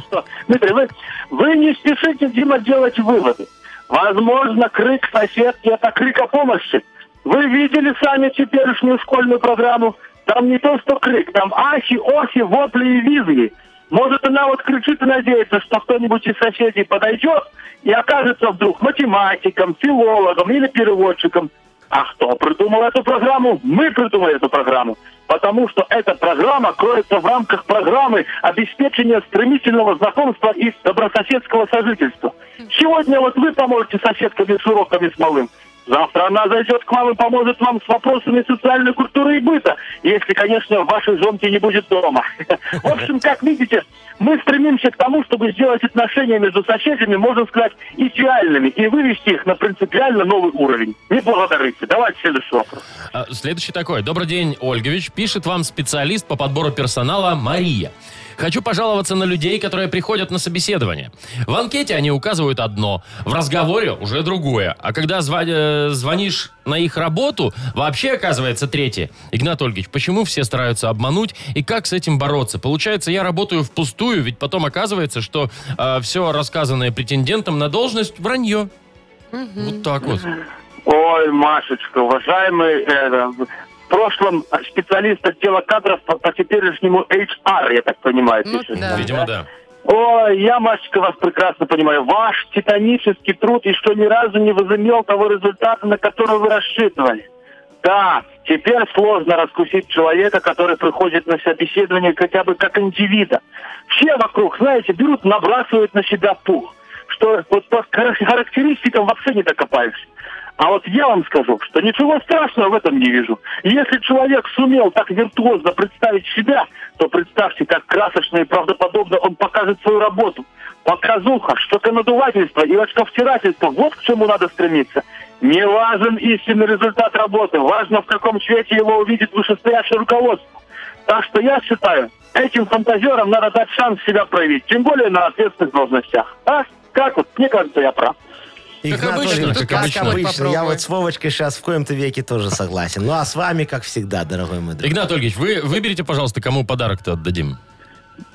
F: Что, Дмитрий, вы, вы не спешите, Дима, делать выводы. Возможно, крик соседки – это крик о помощи. Вы видели сами теперешнюю школьную программу? Там не то, что крик, там ахи, охи, вопли и визги. Может, она вот кричит и надеется, что кто-нибудь из соседей подойдет и окажется вдруг математиком, филологом или переводчиком. А кто придумал эту программу? Мы придумали эту программу. Потому что эта программа кроется в рамках программы обеспечения стремительного знакомства и добрососедского сожительства. Сегодня вот вы поможете соседками с уроками с малым. Завтра она зайдет к вам и поможет вам с вопросами социальной культуры и быта, если, конечно, вашей жонки не будет дома. В общем, как видите, мы стремимся к тому, чтобы сделать отношения между соседями, можно сказать, идеальными и вывести их на принципиально новый уровень. Не благодарите. Давайте следующий вопрос.
B: А, Следующий такой. Добрый день, Ольгович. Пишет вам специалист по подбору персонала Мария. Хочу пожаловаться на людей, которые приходят на собеседование. В анкете они указывают одно, в разговоре уже другое. А когда зва- э, звонишь на их работу, вообще оказывается третье. Игнат Ольгич, почему все стараются обмануть и как с этим бороться? Получается, я работаю впустую, ведь потом оказывается, что все рассказанное претендентом на должность вранье. Вот так вот.
F: Ой, Машечка, уважаемый, э, в прошлом специалист отдела кадров по, по теперешнему HR, я так понимаю.
D: Ну
F: пишет.
D: Да.
B: Видимо, да.
F: Ой, я, Машечка, вас прекрасно понимаю. Ваш титанический труд еще ни разу не возымел того результата, на который вы рассчитывали. Да, теперь сложно раскусить человека, который приходит на собеседование хотя бы как индивида. Все вокруг, знаете, берут, набрасывают на себя пух. Что вот по хар- характеристикам вообще не докопаешься. А вот я вам скажу, что ничего страшного в этом не вижу. Если человек сумел так виртуозно представить себя, то представьте, как красочно и правдоподобно он покажет свою работу. Показуха, надувательство и очковтирательство – вот к чему надо стремиться. Не важен истинный результат работы, важно, в каком цвете его увидит вышестоящее руководство. Так что я считаю, этим фантазерам надо дать шанс себя проявить, тем более на ответственных должностях. А? Как вот? Мне кажется, я прав.
C: Игнат
B: обычно,
C: Ольгович,
B: как
C: как
B: обычно.
C: обычно. Я
D: Попробуй.
C: вот с Вовочкой сейчас в коем-то веке тоже согласен. Ну, а с вами, как всегда, дорогой мой друг.
B: Игнат Ольгич, вы выберите, пожалуйста, кому подарок-то отдадим.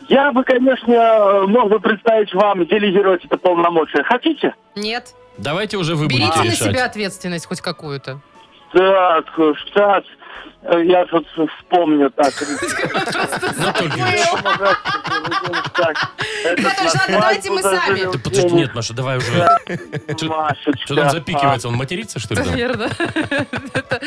F: Я бы, конечно, э, мог бы представить вам делегировать это полномочия. Хотите?
D: Нет.
B: Давайте уже вы
D: Берите
B: будете
D: на
B: решать.
D: себя ответственность хоть какую-то.
F: Так, сейчас. э, Я тут вспомню так.
B: Игнат Ольгович.
F: Так, это
E: Игнат Ильич, ладно, давайте мы
F: свадьбу
E: сами.
F: заживем.
B: Да подожди, нет, Маша, давай уже. Чё-
F: Машечка.
B: Что там запикивается? Он матерится, что ли? там?
D: Наверное. Это-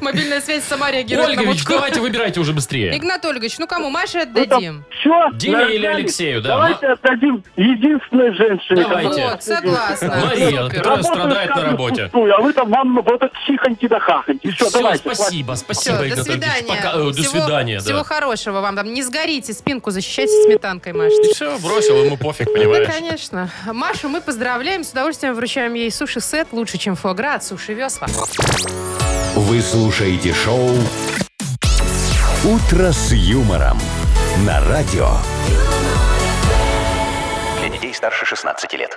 D: Мобильная связь сама реагирует на
B: Ольгович,
D: мутку.
B: давайте выбирайте уже быстрее.
D: Игнат Ольгович, ну кому? Маше
F: Ну, там
D: отдадим.
F: всё,
B: Диме
F: нажали.
B: или Алексею, да.
F: Давайте отдадим единственной женщине.
B: Давайте.
F: которая-
D: Вот, согласна.
B: Мария,
D: Супер.
B: которая
F: Работаю
B: страдает на
F: каждую
B: работе.
F: впустую, А вы там вам вот это хихоньки да хахоньки. Все,
B: Все,
F: давайте.
B: спасибо, спасибо,
D: Все, до
B: Игнат Ольгович.
D: свидания.
B: Пока, э, До
D: Всего-
B: свидания,
D: Всего
B: да.
D: хорошего вам там. Не сгорите, спинку защищайте сметанкой, Машечка.
B: И все, бросил, ему пофиг,
D: Да,
B: понимаешь?
D: конечно. Машу мы поздравляем, с удовольствием вручаем ей суши-сет лучше, чем фуагра от Суши Весла.
A: Вы слушаете шоу «Утро с юмором» на радио.
G: Для детей старше 16 лет.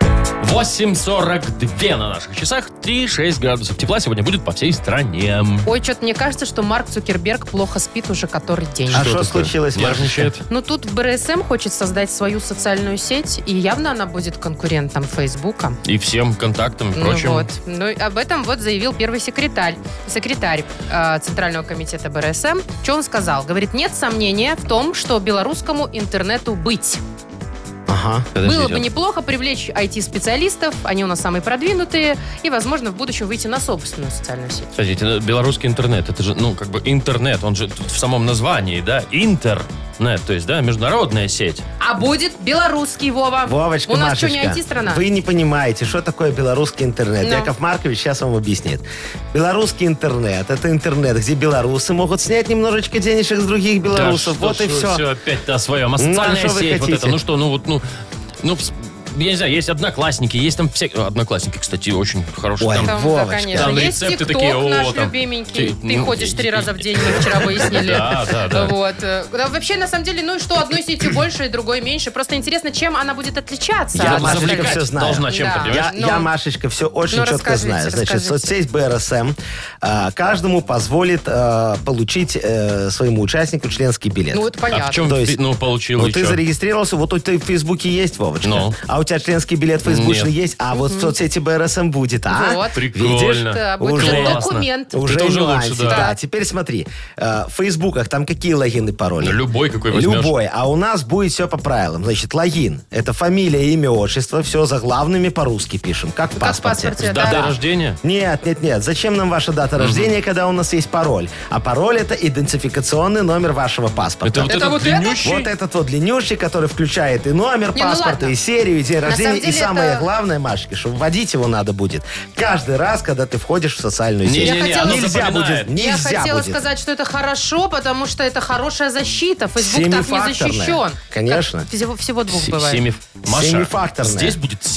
B: 8.42 на наших часах, 3-6 градусов тепла сегодня будет по всей стране.
D: Ой, что-то мне кажется, что Марк Цукерберг плохо спит уже который день.
C: А что
B: такое?
C: случилось, Машечка?
B: Нервничает.
D: Ну тут БРСМ хочет создать свою социальную сеть, и явно она будет конкурентом Фейсбука.
B: И всем контактам и
D: Ну
B: прочим.
D: вот. Ну, и об этом вот заявил первый секретарь, секретарь э, Центрального комитета БРСМ. Что он сказал? Говорит, нет сомнения в том, что белорусскому интернету быть.
C: Ага.
D: Было бы неплохо привлечь IT-специалистов, они у нас самые продвинутые, и, возможно, в будущем выйти на собственную социальную сеть.
B: Подождите, ну, белорусский интернет, это же, ну, как бы интернет, он же тут в самом названии, да, интернет, то есть, да, международная сеть.
D: А будет белорусский, Вова.
C: Вовочка,
D: У нас
C: Машечка,
D: что, не IT-страна?
C: вы не понимаете, что такое белорусский интернет.
D: Ну.
C: Яков Маркович сейчас вам объяснит. Белорусский интернет – это интернет, где белорусы могут снять немножечко денежек с других белорусов.
B: Да
C: вот
B: что
C: и
B: ж вы
C: все.
B: Все опять-то о своем. А
C: Ну, а
B: социальная
C: что вы
B: сеть, вот
C: хотите?
B: это, ну что, ну вот, ну, ну, пс- я не знаю, есть одноклассники, есть там все... э, Одноклассники, кстати, очень хорошие.
C: Ой,
B: там,
D: Там, да,
C: Вовочка.
D: конечно.
B: Там
D: Есть
B: рецепты
D: ТикТок
B: такие, о,
D: наш
B: там,
D: любименький.
B: ти-
D: Ты,
B: ну,
D: ходишь
B: и-
D: три
B: и-
D: раза в день, мы вчера выяснили.
B: Да, да, да.
D: Вот. Э, да, Вообще, на самом деле, ну и что, одной сетью больше, и другой меньше. Просто интересно, чем она будет отличаться.
C: Я,
D: от
C: Машечка,
D: остальных.
C: всё знаю.
B: Должна чем-то,
D: Да.
B: понимаешь?
C: Я,
D: Ну.
C: я, Машечка, все очень
D: Ну,
C: четко
D: расскажите,
C: знаю. Значит,
D: расскажите.
C: соцсеть БРСМ а, каждому позволит а, получить э, своему участнику членский билет.
D: Ну, это
B: А
D: понятно.
B: в чем,
C: То есть-
B: ну, получил
C: Ну,
B: и
C: ты
B: чё?
C: зарегистрировался, вот у тебя в Фейсбуке есть, Вовочка.
B: Ну.
C: А у тебя членский билет фейсбучный
B: Нет.
C: есть, а вот в соцсети БРСМ будет, а?
D: Вот.
B: Прикольно.
C: Видишь?
D: Да, будет
C: Уже.
D: как документ.
C: Уже
B: Это уже
C: нюансик,
B: лучше, да.
C: да. Теперь смотри, э, в Фейсбуках там какие логины, пароли?
B: Ну, любой какой возьмешь.
C: Любой. А у нас будет все по правилам. Значит, логин. Это фамилия, имя, отчество. Все заглавными по-русски пишем. Как в
D: Как в
C: паспорте.
D: паспорте,
B: Дата
D: да.
B: рождения?
C: Нет, нет, нет. Зачем нам ваша дата рождения, когда у нас есть пароль? А пароль это идентификационный номер вашего паспорта.
B: Это вот
D: Это
B: этот
D: вот
B: длиннющий?
C: Вот этот вот длиннющий, который включает и номер
D: Не, ну
C: паспорта,
D: ладно.
C: и серию, и день
D: На
C: рождения.
D: самом
C: и
D: деле
C: самое
D: это-
C: главное, Машечка, что вводить его надо будет каждый раз, когда ты входишь в социальную
B: Не,
C: сеть.
B: не, не,
D: Я
B: оно
D: хотела-
C: нельзя
B: запоминает.
C: будет,
D: Я
C: нельзя
D: хотела
C: будет.
D: сказать, что это хорошо, потому что это хорошая защита. Фейсбук так не
C: Семифакторная.
D: защищен.
C: Конечно.
D: Как всего, всего двух
B: Се-
D: бывает.
B: семи- Маша,
C: Семифакторная.
B: здесь будет
C: У нас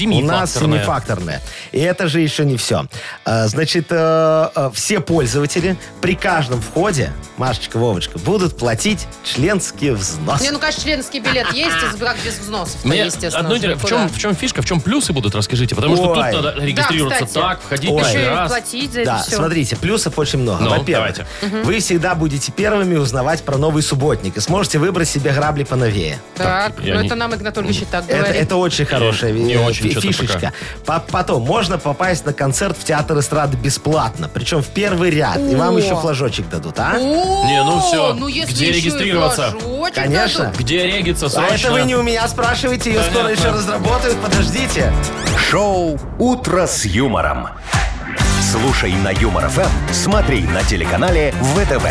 B: семифакторная.
C: семифакторная. И это же еще не все. А, Значит, э, э, все пользователи при каждом входе, Машечка, Вовочка, будут платить членский взнос.
D: Не, ну, конечно, членский билет есть, и как без взносов,
B: Мне
D: естественно.
B: одно
D: уже
B: интересно, в
D: никуда.
B: чем, в чем фишка, в чем плюсы будут, расскажите. Потому что тут
C: Ой.
B: надо регистрироваться
D: Да, кстати.
B: так, входить
C: Ой.
B: каждый
D: Еще и
B: раз.
D: платить за
C: Да,
D: это все.
C: смотрите, плюсов очень много.
B: Ну,
C: Во-первых, вы всегда будете первыми узнавать про новый субботник и сможете выбрать себе грабли поновее.
D: Так,
B: я
D: ну
B: не-
D: это нам Игнатольевич и так
C: Это,
D: говорит.
C: это очень хорошая
B: не
C: э,
B: очень
C: фи-
B: что-то
C: фишечка. По- Потом можно попасть на концерт в театр эстрады бесплатно, причем в первый ряд, и вам
D: О.
C: еще флажочек дадут, а?
D: О,
B: Не, ну всё.
D: Ну если
B: Где
D: еще и
B: регистрироваться?
D: флажочек
C: Конечно.
D: дадут.
B: Где региться
C: А
B: срочно?
C: это вы не у меня спрашиваете, ее скоро
B: Понятно.
C: еще разработают, подождите.
A: Шоу «Утро с юмором». Слушай на Юмор ФМ, смотри на телеканале ВТВ.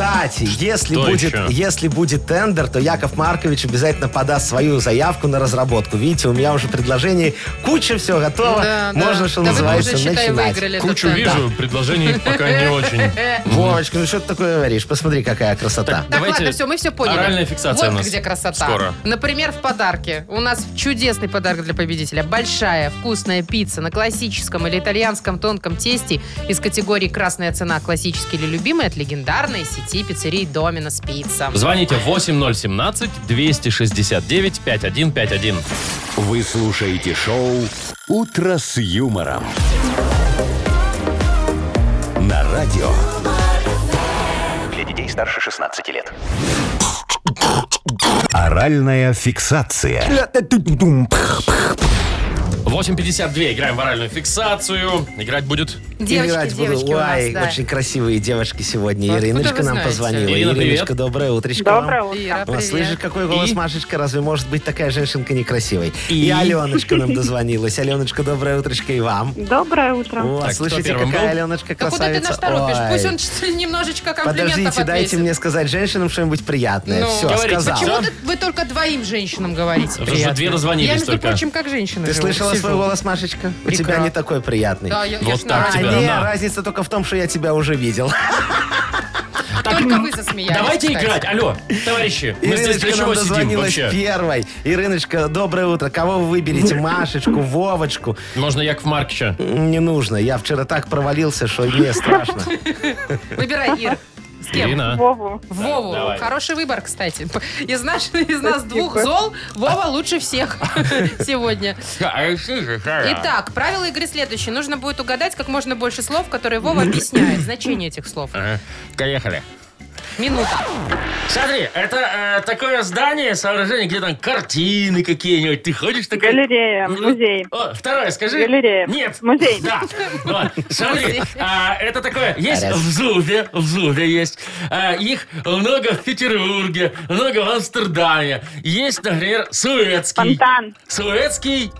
C: Кстати, если
B: Что
C: будет,
B: еще?
C: если будет тендер, то Яков Маркович обязательно подаст свою заявку на разработку. Видите, у меня уже предложений куча, все готово.
D: Да, да.
C: Можно, что
D: да
C: называется,
D: вы уже, считай,
C: начинать.
D: выиграли этот
B: Кучу
D: тендер.
B: вижу, предложений пока не очень.
C: Вовочка, ну что ты такое говоришь? Посмотри, какая красота.
D: Так,
B: Давайте
D: ладно, все, мы все поняли.
B: оральная фиксация
D: вот
B: у нас
D: где красота.
B: скоро.
D: Например, в подарке. У нас чудесный подарок для победителя. Большая вкусная пицца на классическом или итальянском тонком тесте из категории «Красная цена. Классический или любимый» от легендарной сети пиццерий «Доминос Пицца».
B: Звоните 8017-269-5151.
A: Вы слушаете шоу «Утро с юмором». На радио
G: Для детей старше 16 лет.
A: «Оральная фиксация».
B: 8.52. Играем в оральную фиксацию. Играть будет...
D: Девочки,
C: Играть буду.
D: девочки у
C: Ой,
D: нас, да. Ну,
C: очень красивые девочки сегодня.
D: Откуда вы
C: Ириночка нам
D: знаете?
C: позвонила.
B: Ирина, привет.
C: Ириночка, доброе утречко. вам.
H: Доброе утро.
D: Ира,
C: Вот
D: привет.
C: слышишь, какой голос,
B: И?
C: Машечка? Разве может быть такая женщинка некрасивой?
B: И?
C: И, Аленочка нам дозвонилась. Аленочка, доброе утречко и вам.
H: Доброе утро.
C: О,
B: Так, кто
C: слышите,
B: первым
C: какая
B: был?
C: Аленочка
D: Да куда ты
C: красавица?
D: нас торопишь?
C: Ой.
D: Пусть он что ли, немножечко комплиментов
C: Подождите, дайте
D: ответит.
C: мне сказать женщинам что-нибудь приятное.
D: Ну,
C: Все,
B: говорите,
C: сказал.
B: почему
D: Вот это вы только двоим женщинам говорите.
B: Потому что две
D: Я,
B: дозвонились
D: между
B: только.
D: прочим, как женщина.
C: Ты
D: живу,
C: слышала
D: сижу.
C: свой голос, Машечка? У
D: Прекрасно.
C: тебя не такой приятный.
D: Да, я, я
B: Вот
D: ж
B: так
D: на-
C: А,
B: тебя.
C: не,
B: да.
C: разница только в том, что я тебя уже видел.
D: Только вы засмеялись.
B: Давайте
D: кстати.
B: играть. Алло, товарищи, мы здесь для
C: Ириночка нам
B: чего сидим
C: дозвонилась
B: вообще?
C: первой. Ириночка, доброе утро. Кого вы выберете? Машечку, Вовочку?
B: Можно Яков Маркича.
C: М, Не нужно. Я вчера так провалился, что мне страшно.
D: Выбирай, Ир. С кем?
B: Ирина.
H: Вову.
D: Вову.
B: давай.
D: Хороший выбор, кстати. Из, наш- из нас двух зол Вова лучше всех сегодня. Итак, правила игры следующие. Нужно будет угадать как можно больше слов, которые Вова объясняет. Значение этих слов.
B: Ага, Поехали.
D: Минута.
B: Смотри, это э, такое здание, сооружение, где там картины какие-нибудь. Ты ходишь такой...
H: Галерея,
B: Ну,
H: музей.
B: О, второе, скажи.
H: Галерея.
B: Нет.
H: Музей.
B: Да. Вот, Смотри,
D: Музей.
B: а, это такое. Есть
C: Раз.
B: в Зубе, в Зубе есть. А, их много в Петербурге, много в Амстердаме. Есть, например, Суэцкий.
H: Фонтан.
B: Суэцкий,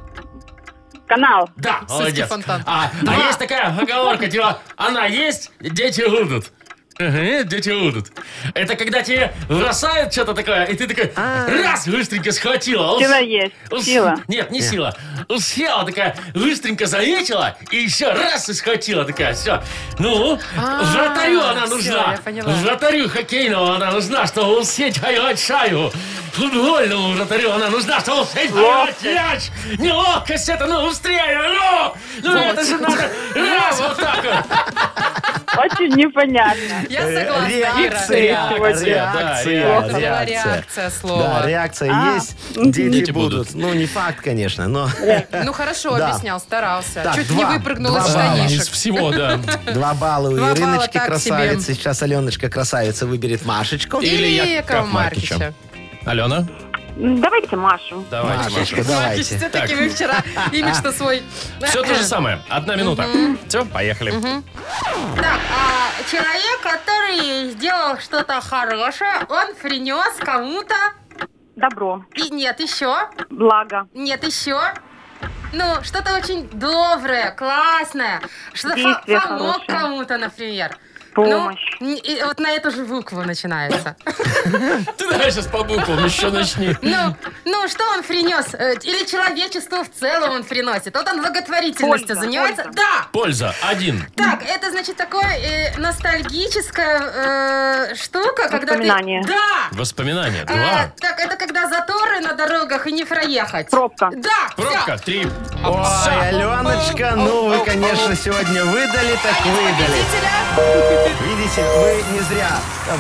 H: Канал.
B: да,
D: Сыски
B: молодец.
D: фонтан.
B: А, а есть такая оговорка, типа, она есть, дети будут. Ага, дети будут. Это когда тебе бросают что-то такое, и ты такой, раз, быстренько схватила. ус-
H: Сила есть.
B: ус-
H: Сила.
B: Нет, не сила. Усела такая, быстренько заметила, и еще раз и схватила такая, все. Ну,
D: А,
B: вратарю она
D: всё,
B: нужна.
D: я поняла.
B: Вратарю хоккейного она нужна, чтобы усеть поймать шайбу. Футбольному вратарю она нужна, чтобы усеть поймать мяч. Неловкость это, ну, быстрее, ну! Ну, это же надо раз вот так вот.
H: Очень непонятно.
D: Я согласна, Ира.
C: Реакция,
B: Реакция,
D: Плохо
B: да,
C: реакция,
D: была
C: реакция.
D: реакция слова.
C: Да, реакция
H: А,
C: есть, дети,
B: Дети будут.
C: будут. Ну, не факт, конечно, но
D: Ну хорошо,
C: Да.
D: объяснял, старался.
C: Так,
D: Чуть
C: два.
D: не выпрыгнул из
C: Два балла.
D: штанишек.
B: Из всего, да.
C: два балла у
D: Два балла
C: Ириночки
D: так
C: красавицы.
D: себе.
C: Сейчас Аленочка красавица выберет Машечку.
B: И- Или Якова Маркича.
D: Маркича.
B: Алена,
H: Давайте Машу.
B: давайте,
C: Машечка,
D: Маркич,
C: давайте.
D: все-таки вы вчера имидж-то свой...
B: Все то же самое. Одна минута. Все, поехали.
I: Так, а, человек, который сделал что-то хорошее, он принес кому-то.
H: Добро.
I: И нет, еще.
H: Благо.
I: Нет, еще. Ну, что-то очень доброе, классное. Что-то
H: Действие
I: помог
H: хорошее.
I: кому-то, например.
H: Помощь.
I: Ну, и- и вот на эту же букву начинается.
B: Ты давай сейчас по буквам еще начни.
I: Ну, ну, что он принес? Э, Или человечеству в целом он приносит? Вот он благотворительностью
H: Польза,
I: занимается.
H: польза.
I: Да!
B: Польза. Один.
I: Так, это значит такое э, ностальгическая э, штука, когда ты...
H: Воспоминание.
I: Да!
B: Воспоминания.
I: Э,
D: А,
B: Два.
I: так, это когда заторы на дорогах и не проехать.
H: Пробка.
I: Да!
B: Пробка. Три.
C: Ой,
B: Овца.
C: Аленочка, ну вы, конечно, сегодня выдали, так выдали. Видите, вы не зря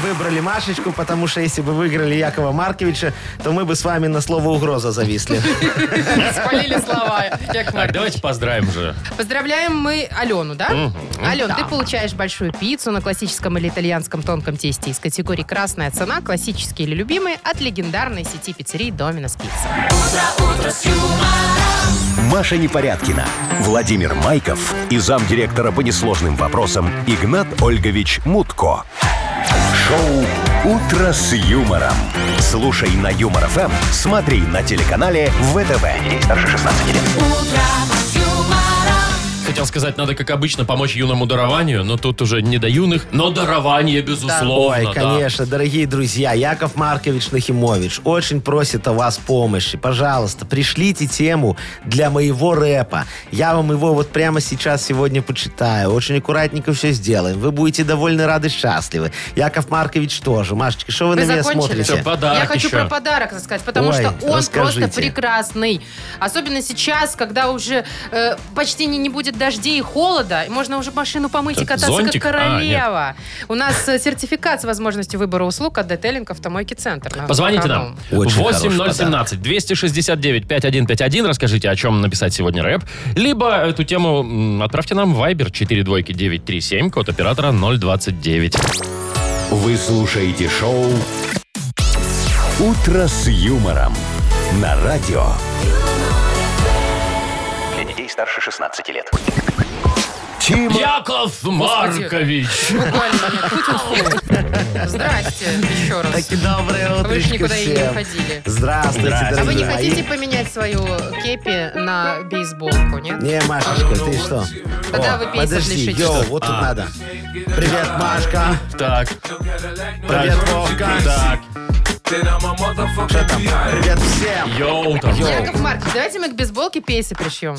C: выбрали Машечку, потому что если бы выиграли Якова Марковича, то мы бы с вами на слово «угроза» зависли.
D: Спалили слова. Яков
B: Так,
D: Маркович.
B: давайте поздравим же.
D: Поздравляем мы Алену, да?
B: Мгм.
D: Ален, ты получаешь большую пиццу на классическом или итальянском тонком тесте из категории «Красная цена», «Классические или любимые» от легендарной сети пиццерий «Доминос Пицца».
A: Маша Непорядкина, Владимир Майков и замдиректора по несложным вопросам Игнат Ольгович Мутко. Шоу «Утро с юмором». Слушай на Юмор ФМ, смотри на телеканале ВТВ. Ей старше 16 лет.
B: Хотел сказать, надо, как обычно, помочь юному дарованию, но тут уже не до юных, но дарование, безусловно.
C: Ой,
B: да.
C: конечно, дорогие друзья, Яков Маркович Нахимович очень просит о вас помощи. Пожалуйста, пришлите тему для моего рэпа. Я вам его вот прямо сейчас сегодня почитаю. Очень аккуратненько все сделаем. Вы будете довольно рады, счастливы. Яков Маркович тоже. Машечка, что вы,
D: Вы
C: на меня
D: закончили?
C: смотрите?
B: Всё, подарок
D: Я хочу
B: еще.
D: про подарок рассказать, потому
C: Ой,
D: что он
C: расскажите.
D: просто прекрасный. Особенно сейчас, когда уже э, почти не, не будет дождей и холода, и можно уже машину помыть и
B: Так,
D: кататься
B: зонтик? А,
D: как королева. У нас э, сертификат с возможностью выбора услуг от детейлинг автомойки «Центр». На
B: Позвоните нам.
D: Автоном.
C: Очень хороший
B: 8017 269 5151. Расскажите, о чем написать сегодня рэп. Либо эту тему м, отправьте нам в Viber 42937, код оператора 029.
A: Вы слушаете шоу «Утро с юмором» на радио.
G: Для детей старше 16 лет.
A: Тим
B: Яков Маркович!
D: Буквально. Тьфу-тьфу-тьфу. Здрасте еще раз.
C: Таки доброе утречко
D: А Вы же никуда и не
C: всем.
D: уходили.
C: Здравствуйте,
B: Здравствуйте.
D: А вы не
C: дорогие мои.
D: хотите поменять свою кепи на бейсболку, нет?
C: Не, Машечка, ты что?
D: Тогда
C: О,
D: вы пейсов
C: подожди,
D: лишитесь.
C: йоу, вот тут
B: А.
C: надо. Привет, Машка.
B: Так,
C: Привет, Вовка.
B: так,
C: Что там? Привет всем.
B: йоу, там.
D: Яков Маркович, давайте мы к бейсболке пейсы пришьем.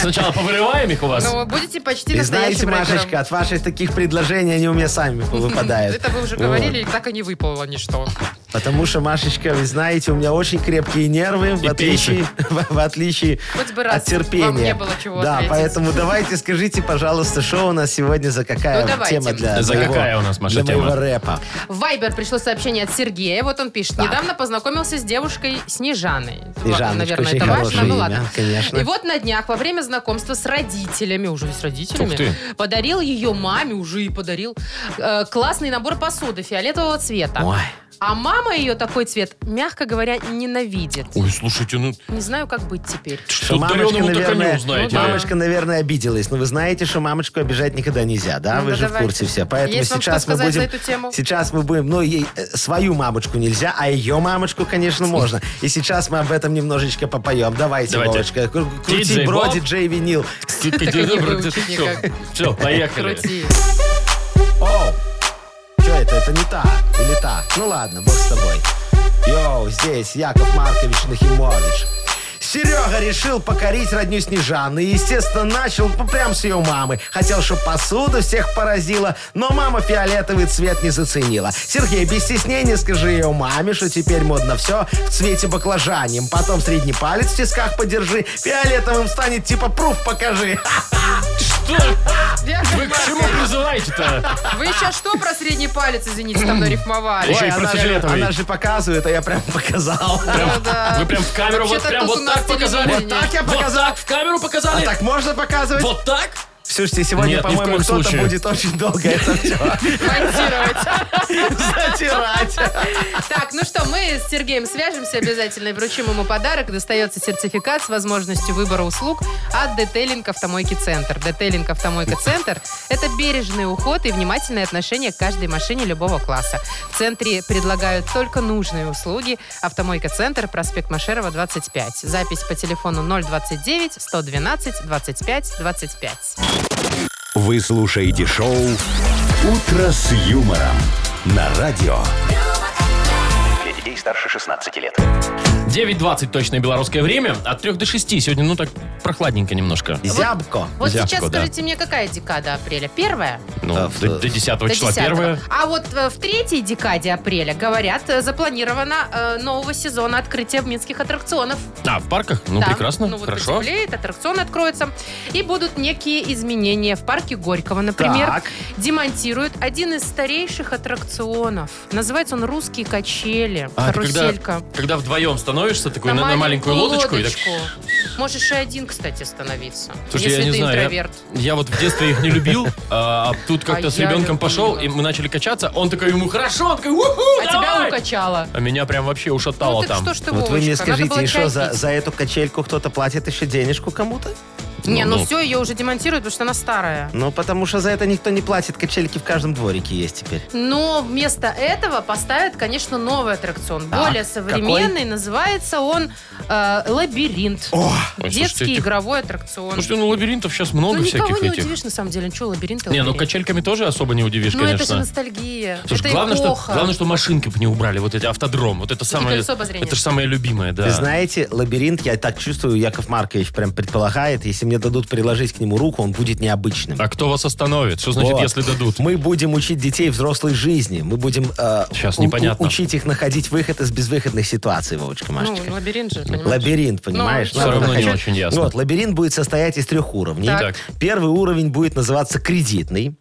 B: Сначала повырываем их у вас.
D: Ну, будете почти
C: И
D: настоящим
C: знаете,
D: рэпером.
C: Машечка, от ваших таких предложений они у меня сами выпадают.
D: Это вы уже
C: Вот.
D: говорили, и так и не выпало ничто.
C: Потому что, Машечка, вы знаете, у меня очень крепкие нервы, в
B: И
C: отличие, в, в отличие
D: Хоть бы раз
C: от терпения.
D: вам не было чего
C: да,
D: ответить.
C: поэтому давайте скажите, пожалуйста, что у нас сегодня за какая
D: Ну, давайте.
C: тема для,
B: За
C: моего-
B: какая у нас, Маша,
C: для моего
B: тема?
C: рэпа.
D: В Вайбер пришло сообщение от Сергея. Вот он пишет. Недавно познакомился с девушкой Снежаной.
C: Снежаночка,
D: Ладно, Наверное,
C: очень
D: это важно.
C: хорошее
D: Ну
C: имя,
D: ладно.
C: конечно.
D: И вот на днях во время знакомства с родителями, уже и с
B: Ух
D: родителями,
B: ты.
D: подарил ее маме, уже и подарил, э, классный набор посуды фиолетового цвета.
C: Ой,
D: А мама ее такой цвет, мягко говоря, ненавидит.
B: Ой, слушайте, ну
D: Не знаю, как быть теперь.
B: что
C: мамочка,
B: дареного так и не
C: наверное,
B: узнаете.
C: мамочка, наверное, обиделась. Но вы знаете, что мамочку обижать никогда нельзя, да?
D: Ну,
C: вы
D: да
C: же
D: давайте.
C: в курсе все. Поэтому
D: Есть вам что
C: сейчас мы
D: сказать
C: будем...
D: на эту тему?
C: Сейчас мы будем... Ну, ей э, свою мамочку нельзя, а ее мамочку, конечно, можно. И сейчас мы об этом немножечко попоем. Давайте,
B: Давайте.
C: Вовочка. кру- Крути
B: Диджей
C: бро,
B: Вов.
C: диджей винил.
D: не выучить
B: Все,
D: никак.
B: все, поехали.
D: Крути.
C: Оу! Что это? Это не та. Или та? Ну ладно, бог с тобой. Йоу, здесь Яков Маркович Нахимович. Серега решил покорить родню Снежаны и, естественно, начал ну, прям с ее мамы. Хотел, чтобы посуду всех поразила, но мама фиолетовый цвет не заценила. Сергей, без стеснения скажи ее маме, что теперь модно все в цвете баклажанием. Потом средний палец в тисках подержи, фиолетовым станет типа пруф покажи.
B: Что?
D: Яков
B: Вы к чему призываете-то?
D: Вы сейчас что про средний палец, извините, со мной рифмовали?
B: Ещё и
C: Ой, она, же,
B: профилетовый.
C: она же показывает, а я прям показал.
B: Прям-
D: Да.
B: Вы прям в камеру, вот
D: Вообще-то
B: прям
D: тут у
B: вот
D: нас
B: так показали.
D: телевидение.
C: Вот так я показал.
B: Вот так в камеру
C: А
B: показали.
C: так можно показывать?
B: Вот так?
C: Слушайте, сегодня,
B: Нет, ни в
C: по-моему,
B: коем
C: кто-то
B: случае.
C: будет очень долго это все
D: Монтировать.
C: затирать.
D: Так, ну что, мы с Сергеем свяжемся обязательно и вручим ему подарок. Достается сертификат с возможностью выбора услуг от Детейлинг Автомойки Центр. Детейлинг Автомойка Центр – это бережный уход и внимательное отношение к каждой машине любого класса. В центре предлагают только нужные услуги. Автомойка Центр, проспект Машерова, 25. Запись по телефону 029 112 25 25.
A: Вы слушаете шоу «Утро с юмором» на радио.
G: Для детей старше 16 лет.
B: 9.20 точное белорусское время. От 3 до 6 сегодня, ну так, прохладненько немножко.
C: Зябко.
D: Вот
B: Зябко,
D: сейчас
B: да.
D: скажите мне, какая декада апреля? Первая?
B: Ну,
C: А,
B: до,
C: в-
B: до 10
D: До
B: числа
D: 10-го.
B: первое.
D: А вот э, в третьей декаде апреля, говорят, э, запланировано э, нового сезона открытия минских аттракционов.
B: А, в парках? Ну,
D: Да.
B: прекрасно,
D: Ну вот
B: хорошо.
D: потеплеет, аттракцион откроется. И будут некие изменения. В парке Горького, например,
C: Так.
D: демонтируют один из старейших аттракционов. Называется он «Русские качели».
B: А, это
D: каруселька.
B: когда, когда вдвоем становишься такой на, на маленькую лодочку, и так...
D: лодочку. Можешь и один, кстати, становиться.
B: Слушай,
D: если
B: я не
D: ты
B: знаю, я-
D: интроверт.
B: Я вот в детстве их не любил, а тут как-то
D: А
B: с
D: я
B: ребенком
D: любила.
B: пошел, и мы начали качаться. Он такой, ему хорошо, он такой, уху,
D: А тебя укачало.
B: А меня прям вообще ушатало
D: ну так
B: там.
D: что ж ты,
C: Вот вы мне
D: Вовочка, надо было
C: скажите, и что
D: чай
C: за,
D: пить.
C: за эту качельку кто-то платит еще денежку кому-то?
D: Не,
B: Ну,
D: ну,
B: ну.
D: все, ее уже демонтируют, потому что она старая.
C: Ну, потому что за это никто не платит. Качельки в каждом дворике есть теперь.
D: Но вместо этого поставят, конечно, новый аттракцион.
C: Так,
D: более современный. Называется он э, «Лабиринт».
B: Ой,
D: Детский
B: слушайте,
D: игровой аттракцион.
B: Слушай, ну лабиринтов сейчас много
D: ну, никого
B: всяких
D: не
B: этих.
D: удивишь, на самом деле. Ну, что лабиринт и
B: Не, ну
D: лабиринт?
B: качельками тоже особо не удивишь,
D: Ну, это же
B: конечно.
D: ностальгия.
B: Слушай,
D: это
B: главное, что,
D: эпоха.
B: главное, что машинки бы не убрали, вот эти автодром. Вот это самое.
D: «Колесо обозрения».
B: Это же самое любимое, да.
C: Вы знаете, лабиринт, я так чувствую, Яков Маркович прям предполагает, если мне дадут приложить к нему руку, он будет необычным.
B: А кто вас остановит? Что значит,
C: Вот.
B: если дадут?
C: Мы будем учить детей взрослой жизни. Мы будем э,
B: Сейчас
C: у- у-
B: непонятно.
C: учить их находить выход из безвыходных ситуаций, Вовочка, Машечка.
D: Ну, лабиринт же, понимаешь?
C: Лабиринт, понимаешь?
D: всё
C: Надо
B: Ну, равно не
C: находить.
B: очень ясно.
C: Вот, лабиринт будет состоять из трех уровней.
B: Так.
C: Первый уровень будет называться кредитный.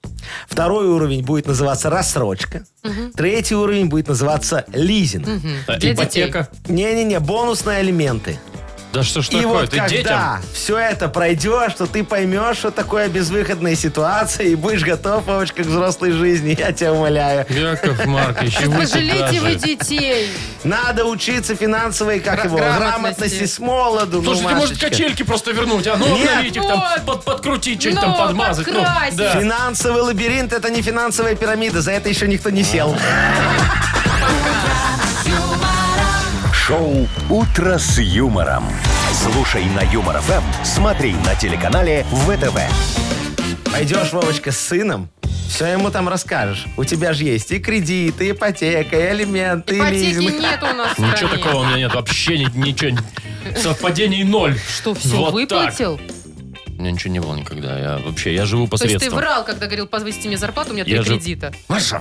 C: Второй уровень будет называться рассрочка. Третий уровень будет называться лизинг.
B: А,
D: Для
B: Ипотека.
C: Не-не-не, бонусные элементы.
B: Да что ж
C: И
B: такое?
C: вот
B: Ты
C: когда
B: детям?
C: все это пройдешь, что ты поймешь, что такое безвыходная ситуация, и будешь готов, Вовочка, к взрослой жизни, я тебя умоляю.
B: Яков Маркович, и вы сюда
D: Пожалейте вы
B: же.
D: детей.
C: Надо учиться финансовой, как
D: Гра-
C: его,
D: грамотности.
C: грамотности с молоду. Ну,
B: Слушайте, может,
C: Машечка.
B: качельки просто вернуть, а ну
C: Нет.
B: обновить их там,
D: Вот.
B: под- подкрутить, что-нибудь
D: Ну,
B: там подмазать. ну,
D: подкрасить.
B: да.
C: Финансовый лабиринт – это не финансовая пирамида, за это еще никто не сел.
A: Шоу «Утро с юмором». Слушай на Юмор ФМ, смотри на телеканале ВТВ.
C: Пойдешь, Вовочка, с сыном, все ему там расскажешь. У тебя же есть и кредиты, и ипотека, и алименты, и
D: Ипотеки
C: лизинг.
D: нет у нас в
B: Ничего
D: стране.
B: такого у меня нет, вообще ни- ничего. Совпадений ноль.
D: Что, все
B: Вот
D: выплатил?
B: так. У меня ничего не было никогда. Я вообще, я живу по
D: То есть ты
B: средствам.
D: врал, когда говорил, позвольте мне зарплату, у меня
B: Я
D: три
B: же-
D: кредита.
B: Маша!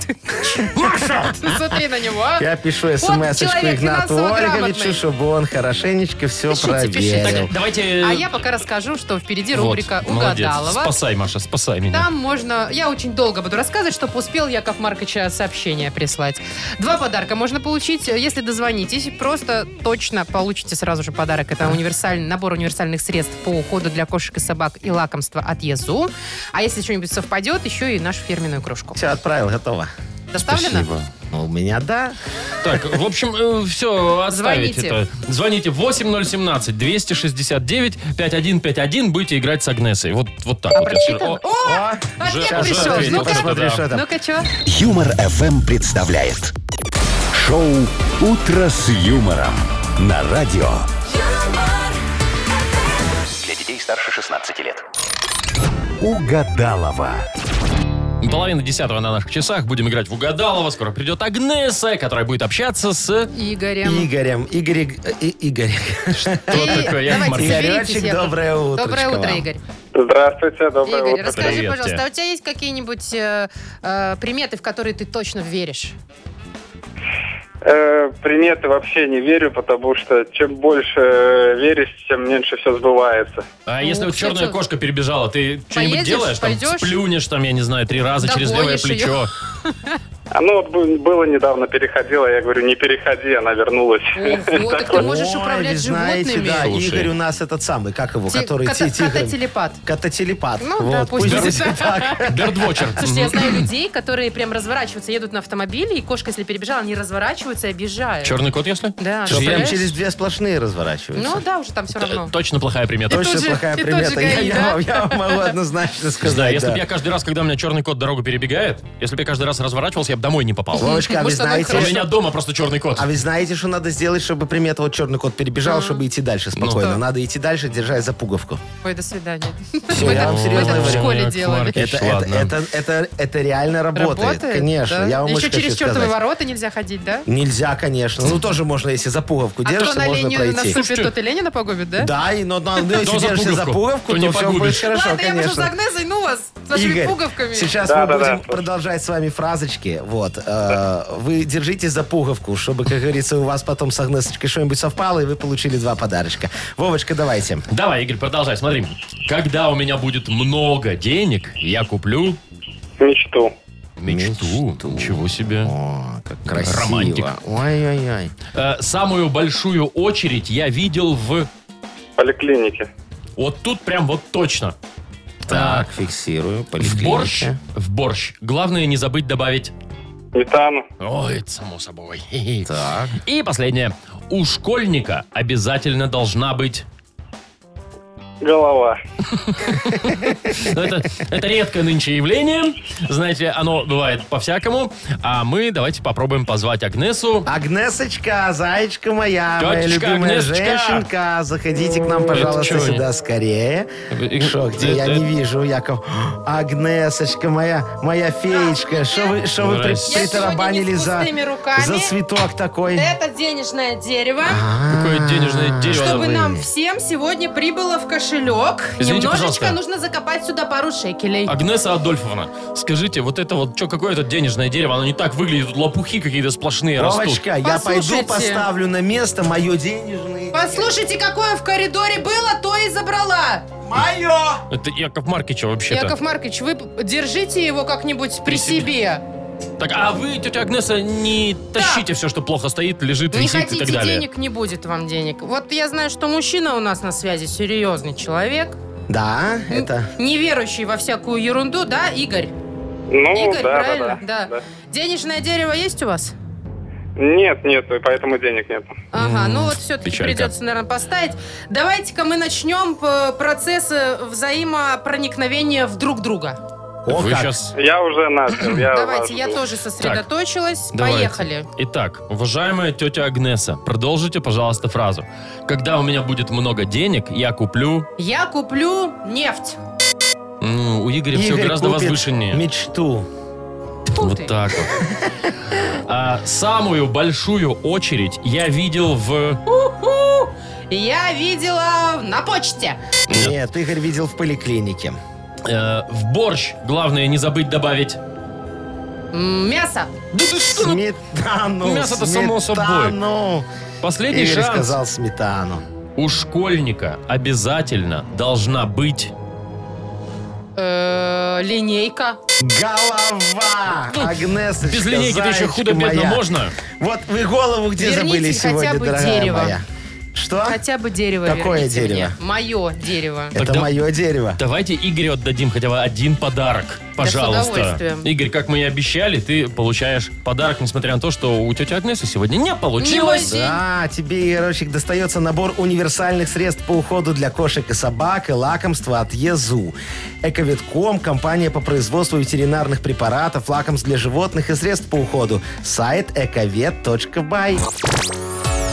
B: Маша!
D: Ну, Смотри на него, а.
C: Я пишу
D: Вот
C: смс-очку
D: человек
C: Игнату
D: финансово грамотный.
C: Ольговичу, чтобы он хорошенечко все
D: Пишите, пишите.
C: проверил.
B: Так, давайте... э,
D: А я пока расскажу, что впереди
B: Вот,
D: рубрика
B: молодец.
D: «Угадалова».
B: Спасай, Маша, спасай меня.
D: Там можно... Я очень долго буду рассказывать, чтобы успел Яков Марковича сообщение прислать. Два подарка можно получить, если дозвонитесь. Просто точно получите сразу же подарок. Это универсальный набор универсальных средств по уходу для кошек и собак и лакомства от ЕЗУ. А если что-нибудь совпадет, еще и нашу фирменную кружку.
C: Все, отправил, готово.
D: Доставлено?
C: Ну, у меня да.
B: Так, в общем, все, отставить
D: Звоните.
B: это. Звоните 8017-269-5151, будете играть с Агнесой. Вот, вот так вот. я всё-
D: Прочитано.
B: О,
D: О,
C: О,
D: ответ
B: Жа- Жа-
D: пришел.
B: ответил,
D: Ну-ка,
B: что да.
C: посмотри, что там.
D: ну-ка, чё?
A: Юмор ФМ представляет. Шоу «Утро с юмором» на радио.
G: Для детей старше 16 лет.
A: Угадалова.
B: Половина десятого на наших часах. Будем играть в Угадалова. Скоро придет Агнеса, которая будет общаться с...
D: Игорем.
C: Игорем, Игорь, э, и- Игорь.
B: Кто такой Яков
D: давайте,
B: э, Маркович?
D: Соберитесь,
C: Игоречек,
D: Яков.
C: доброе утро.
D: Доброе утро, Игорь.
F: Здравствуйте, доброе
D: Игорь,
F: утро.
D: расскажи,
B: Привет
D: пожалуйста,
B: тебе.
D: а у тебя есть какие-нибудь э, э, приметы, в которые ты точно веришь?
F: Э, приметы вообще не верю, потому что чем больше э, веришь, тем меньше все сбывается.
B: А если
D: Ну,
B: вот черная
D: кстати,
B: кошка перебежала, ты что-нибудь
D: поедешь,
B: делаешь? Там
D: пойдешь?
B: сплюнешь, там, я не знаю, три раза через левое
D: Догонишь её.
B: плечо.
F: Оно б- ну, было недавно, переходило, я говорю, не переходи, она вернулась.
D: Ого, так ты
F: Такое.
D: можешь
C: Ой,
D: управлять
C: вы знаете,
D: животными.
C: Да,
B: Слушай.
C: Игорь у нас этот самый, как его,
D: Ти-
C: который
D: кота-
C: ти- тигром-
D: кота-телепат.
C: Кототелепат.
D: Ну
C: Вот,
D: да, пусть будет
C: так.
B: Бердвочер.
D: Слушайте, я
B: Мгм.
D: знаю людей, которые прям разворачиваются, едут на автомобиле, и кошка, если перебежала, они разворачиваются и обижают.
B: Черный кот, если? Что,
D: Да,
C: Что, прям
D: представляешь?
C: через две сплошные разворачиваются.
D: Ну да, уже там все равно.
B: э, Точно плохая примета.
D: тут
C: Точно
D: же-
C: плохая
D: и тут
C: примета.
D: же
C: Я-
D: ГАИ,
C: я
D: да?
C: вам- Я вам могу однозначно
B: Да,
C: сказать.
B: если бы
C: да.
B: я каждый раз, когда у меня черный кот дорогу перебегает, если бы я каждый раз разворачивался, я бы домой не попал.
C: Вовочка, а вы
D: Может, она
C: знаете...
B: У меня дома просто черный кот.
C: А вы знаете, что надо сделать, чтобы примета вот черный кот перебежал,
D: А.
C: чтобы идти дальше спокойно?
D: что?
C: Надо идти дальше, держась за пуговку.
D: Ой, до свидания.
C: Всё,
D: Мы
C: я
D: так
C: вам
D: мы
C: серьезно
D: так в
C: говорю.
D: школе
B: Яков
D: делали.
B: Маркович,
C: Это, это,
B: ладно.
C: это, это, это реально работает. Конечно.
D: да?
C: Я вам
D: Еще
C: очень хочу
D: через чертовы
C: сказать.
D: ворота нельзя ходить, да?
C: Нельзя, конечно. Ну, тоже можно, если за пуговку
D: А кто
C: держишься,
D: на
C: можно
D: Ленина
C: пройти.
D: наступит, тот и Ленина погубит, да?
C: Да, и, но, но- но если
B: за
C: держишься за
B: пуговку, то
C: пуговку, то,
B: не
C: все
B: погубишь.
C: будет хорошо,
D: Ладно, я уже
C: конечно.
D: с Агнезой, ну вас, с вашими
C: Игорь,
D: пуговками.
C: сейчас
F: Да,
C: мы
F: да, да,
C: будем
F: слушай.
C: продолжать с вами фразочки. Вот. э, вы держитесь за пуговку, чтобы, как говорится, у вас потом с Агнесочкой что-нибудь совпало, и вы получили два подарочка. Вовочка, давайте.
B: Давай, Игорь, продолжай, смотри. Когда у меня будет много денег, я куплю
F: Мечту.
B: мечту. Ничего себе.
C: О, как
B: красиво. Романтик.
C: Ой-ой-ой.
B: Э, Самую большую очередь я видел в...
F: Поликлиники.
B: Вот тут прям вот точно.
C: Так, фиксирую.
B: В
C: поликлиника.
B: борщ, в борщ. Главное не забыть добавить...
F: Метан.
B: Ой, это само собой. Хе-хе.
C: Так.
B: И последнее. У школьника обязательно должна быть...
F: Голова.
B: Ну, Это, это редкое нынче явление. Знаете, оно бывает по-всякому. А мы давайте попробуем позвать Агнесу.
C: Агнесочка, зайчка моя, моя
B: Тетечка
C: любимая
B: Агнесочка.
C: женщинка, заходите к нам, пожалуйста,
B: чё?
C: сюда скорее. Шо, где? Я
B: Э, э,
C: не вижу, Яков. Агнесочка моя, моя феечка, что вы, шо вы при-
B: Здрасте.
C: притарабанили
I: Я сегодня не с
C: за,
I: пустыми руками. Э,
C: за цветок такой?
I: Это денежное дерево.
D: А.
B: Какое денежное дерево.
I: Чтобы
B: Вы-
I: нам всем сегодня прибыло в кошелек,
B: Извините,
I: немножечко
B: пожалуйста.
I: нужно закопать сюда пару шекелей.
B: Агнеса Адольфовна, скажите, вот это вот, что, какое это денежное дерево? Оно не так выглядит, тут лопухи какие-то сплошные растут.
C: Вовочка, я пойду
I: Послушайте.
C: поставлю на место мое денежное.
I: Послушайте, какое в коридоре было, то и забрала.
B: Это Яков Маркича вообще-то.
D: Яков Маркович, вы п- держите его как-нибудь
B: При
D: при
B: себе.
D: себе.
B: Так, а вы, тетя Агнеса, не тащите все, что плохо стоит, лежит,
D: Не
B: висит и
D: хотите
B: так далее.
D: денег, не будет вам денег. Вот я знаю, что мужчина у нас на связи серьезный человек,
C: Да, это...
D: не верующий во всякую ерунду, да, Игорь?
F: Ну,
D: Игорь,
F: да, да,
D: правильно?
F: да, да.
D: Денежное дерево есть у вас?
F: Нет, нет, и поэтому денег нет.
D: Ага, ну вот все-таки
B: печалька.
D: придется, наверное, поставить. Давайте-ка мы начнем э, процесс э, взаимопроникновения в друг друга.
C: О,
B: Вы
C: как.
B: сейчас...
F: Я уже начал. Я вас
D: Давайте, я
F: жду.
D: тоже сосредоточилась.
B: Давайте.
D: Поехали.
B: Итак, уважаемая тетя Агнеса, продолжите, пожалуйста, фразу. Когда у меня будет много денег, я куплю...
D: Я куплю нефть.
B: Ну, у Игоря все
C: Игорь
B: гораздо
C: купит
B: возвышеннее.
C: Мечту.
D: Тьфу
B: Вот
D: ты.
B: так вот. А, самую большую очередь я видел в...
D: У-ху. Я видела на почте.
C: Нет, Игорь видел в поликлинике.
B: э, в борщ. Главное не забыть добавить...
D: М, Мясо.
B: Да ты что? ну,
C: Сметану.
B: Мясо-то само собой.
C: сметану.
B: Последний
C: Игорь
B: шанс.
C: сказал сметану.
B: У школьника обязательно должна быть...
D: Э, Линейка.
C: Голова!
B: Ну,
C: Агнесочка,
B: Без линейки то еще
C: зайчика
B: худо-бедно
C: моя.
B: можно?
C: Вот вы голову где
D: Верните
C: забыли
D: хотя
C: сегодня,
D: бы
C: дорогая
D: дерево.
C: моя? Что?
D: Хотя бы дерево
C: А? Какое
D: верните
C: дерево?
D: мне. Мое дерево.
C: Это
B: Тогда-
C: мое дерево.
B: Давайте Игорю отдадим хотя бы один подарок, пожалуйста.
D: удовольствием.
B: Игорь, как мы и обещали, ты получаешь подарок, несмотря на то, что у тети Агнесы сегодня не получилось.
D: Не мой
C: Да, А, тебе, Игорочек, достается набор универсальных средств по уходу для кошек и собак и лакомства от ЕЗУ. Эковетком – компания по производству ветеринарных препаратов, лакомств для животных и средств по уходу. Сайт эковет.бай.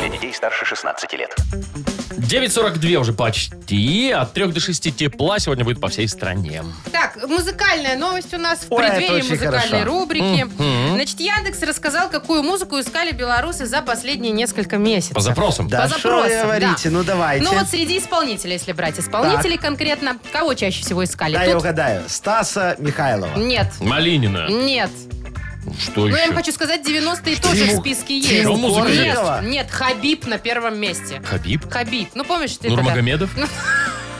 G: Для детей старше 16 лет.
B: 9.42 уже почти. От 3 до 6 тепла сегодня будет по всей стране.
D: Так, музыкальная новость у нас в
C: Ой, это
D: преддверии
C: очень
D: музыкальной
C: хорошо.
D: рубрики. Значит, Яндекс рассказал, какую музыку искали белорусы за последние несколько
B: По
D: месяцев.
B: запросам.
C: Да,
D: По
C: что вы
D: запросам,
C: говорите?
D: да.
C: Ну, давайте.
D: Ну вот среди исполнителей, если брать исполнителей конкретно, кого чаще всего искали?
C: Да,
D: Тут-
C: я угадаю. Стаса Михайлова.
D: Нет,
B: Малинина.
D: нет.
B: Что
D: Ну, я
B: еще?
D: вам хочу сказать, 90-е тоже в списке есть.
B: Чего музыка
D: Нет,
C: есть?
D: нет, Хабиб на первом месте.
B: Хабиб?
D: Хабиб. Ну, помнишь, ты тогда-
B: Нурмагомедов?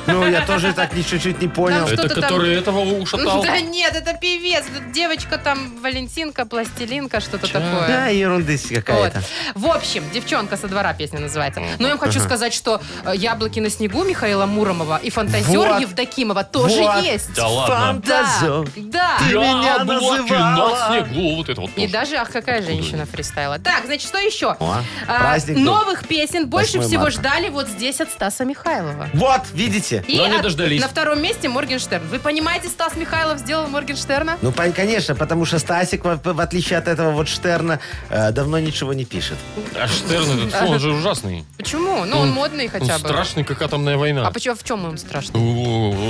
C: Ну, я тоже так ни чуть-чуть не понял.
D: Там
B: Это
D: Что-то
B: который этого ушатал.
D: Ну, Да нет, это певец. Тут девочка там Валентинка, пластилинка, что-то такое.
C: Да, ерунды
D: Вот.
C: какая-то.
D: В общем, девчонка со двора песня называется. Но я вам хочу сказать, что э, яблоки на снегу Михаила Муромова и фантазер
C: Вот.
D: Евдокимова тоже
C: Вот.
D: есть.
B: Да ладно.
D: Да,
C: Фантазер.
D: да.
C: Ты меня
B: Яблоки
C: называла.
B: на снегу. Вот это вот.
D: И
B: тоже.
D: даже «Ах, какая женщина» фристайла. Так, значит, что еще?
C: О,
D: А,
C: праздник был.
D: новых песен больше
C: 8
D: всего
C: марта.
D: ждали вот здесь от Стаса Михайлова.
C: Вот, видите?
D: И
B: Но не
D: от-
B: дождались.
D: на втором месте Моргенштерн. Вы понимаете, Стас Михайлов сделал Моргенштерна?
C: Ну, пон- конечно, потому что Стасик, в, в отличие от этого вот Штерна, э, давно ничего не пишет.
B: А Штерн этот, фу, он же ужасный.
D: Почему? Ну, он, модный хотя
B: Он
D: бы.
B: страшный, как атомная война.
D: А почему, в чем он страшный?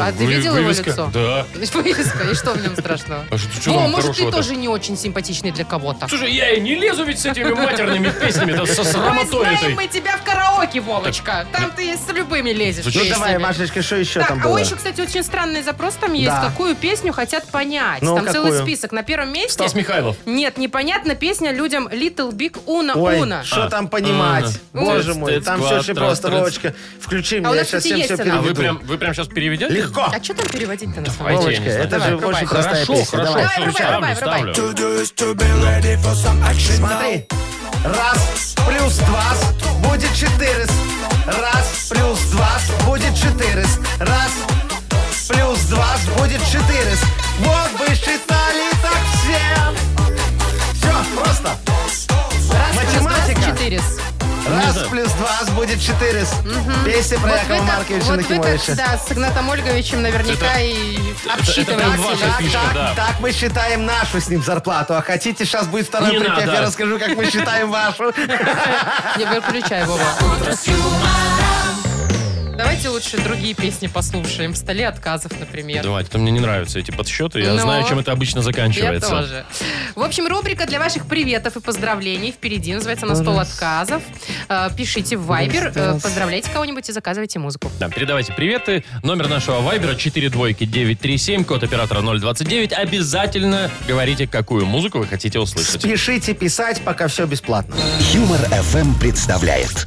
B: А
D: А ты видел его лицо?
B: Да.
D: Вывеска, и что в нем страшного?
B: А что- что
D: О,
B: там
D: может, ты
B: хорошего-то?
D: тоже не очень симпатичный для кого-то.
B: Слушай, я и не лезу ведь с этими матерными песнями, со
D: Мы
B: срамотой
D: знаем
B: этой.
D: мы тебя в караоке, Вовочка. Там ты с любыми лезешь.
B: Ну,
C: Ну,
D: песнями.
C: давай, Машечка, что еще
D: Так,
C: там
D: а
C: было?
D: ой, еще, кстати, очень странный запрос там есть.
C: Да.
D: Какую песню хотят понять?
C: Ну,
D: там целый
C: какую?
D: список. На первом месте...
B: Стас Михайлов.
D: Нет, непонятно песня людям Little Big Una
C: Ой,
D: Una.
C: что
B: А.
C: там понимать?
B: Уна.
C: Боже
B: Тец,
C: мой,
B: тец,
C: там все очень
B: квадрат,
C: просто,
B: тец.
C: Вовочка. Включи меня,
D: А у
C: я
D: нас,
C: сейчас
D: кстати,
C: всем
D: есть
C: все
D: она.
B: А вы
C: переведу.
B: прям, вы прям сейчас переведете?
C: Легко.
D: А что там переводить-то на самом деле?
B: Давайте, я не
C: Вовочка,
B: знаю.
C: это же
D: Давай,
C: очень
D: врубай.
C: простая
B: Хорошо,
C: песня.
B: хорошо.
C: Давай.
D: Давай,
B: Ставлю,
D: врубай, врубай.
B: ставлю.
C: Смотри. Раз плюс два будет четыре. Раз плюс два будет четыре. Раз плюс два будет четыре. Вот бы считали так все. Все, просто.
D: Раз, плюс два,
C: Математика.
D: четыре.
C: Раз
B: да.
C: плюс два будет четыре. Песня про
D: Вот вы
C: Якова
D: так,
C: Марковича
D: вот вы так,
C: Нахимовича.
D: да, с Игнатом Ольговичем наверняка и
B: прям
D: обсчитываете.
B: ваша
D: да?
C: Так,
B: фишка,
C: так,
B: да.
C: так мы считаем нашу с ним зарплату. А хотите, сейчас будет второй
B: Не
C: припев,
B: надо.
C: я расскажу, как мы считаем вашу.
D: Не выключай, Вова. Давайте лучше другие песни послушаем. «В столе отказов», например.
B: Давайте, это мне не нравятся эти подсчеты. Я
D: Но-
B: знаю, чем это обычно
D: Ну Я
B: заканчивается.
D: тоже. В общем, рубрика для ваших приветов и поздравлений впереди. Называется «На стол отказов». Э, Пишите в Viber, э, поздравляйте кого-нибудь и заказывайте музыку.
B: Да, передавайте приветы. Номер нашего вайбера 42937, код оператора 029. Обязательно говорите, какую музыку вы хотите услышать.
C: Пишите, писать, пока все бесплатно.
A: Юмор FM представляет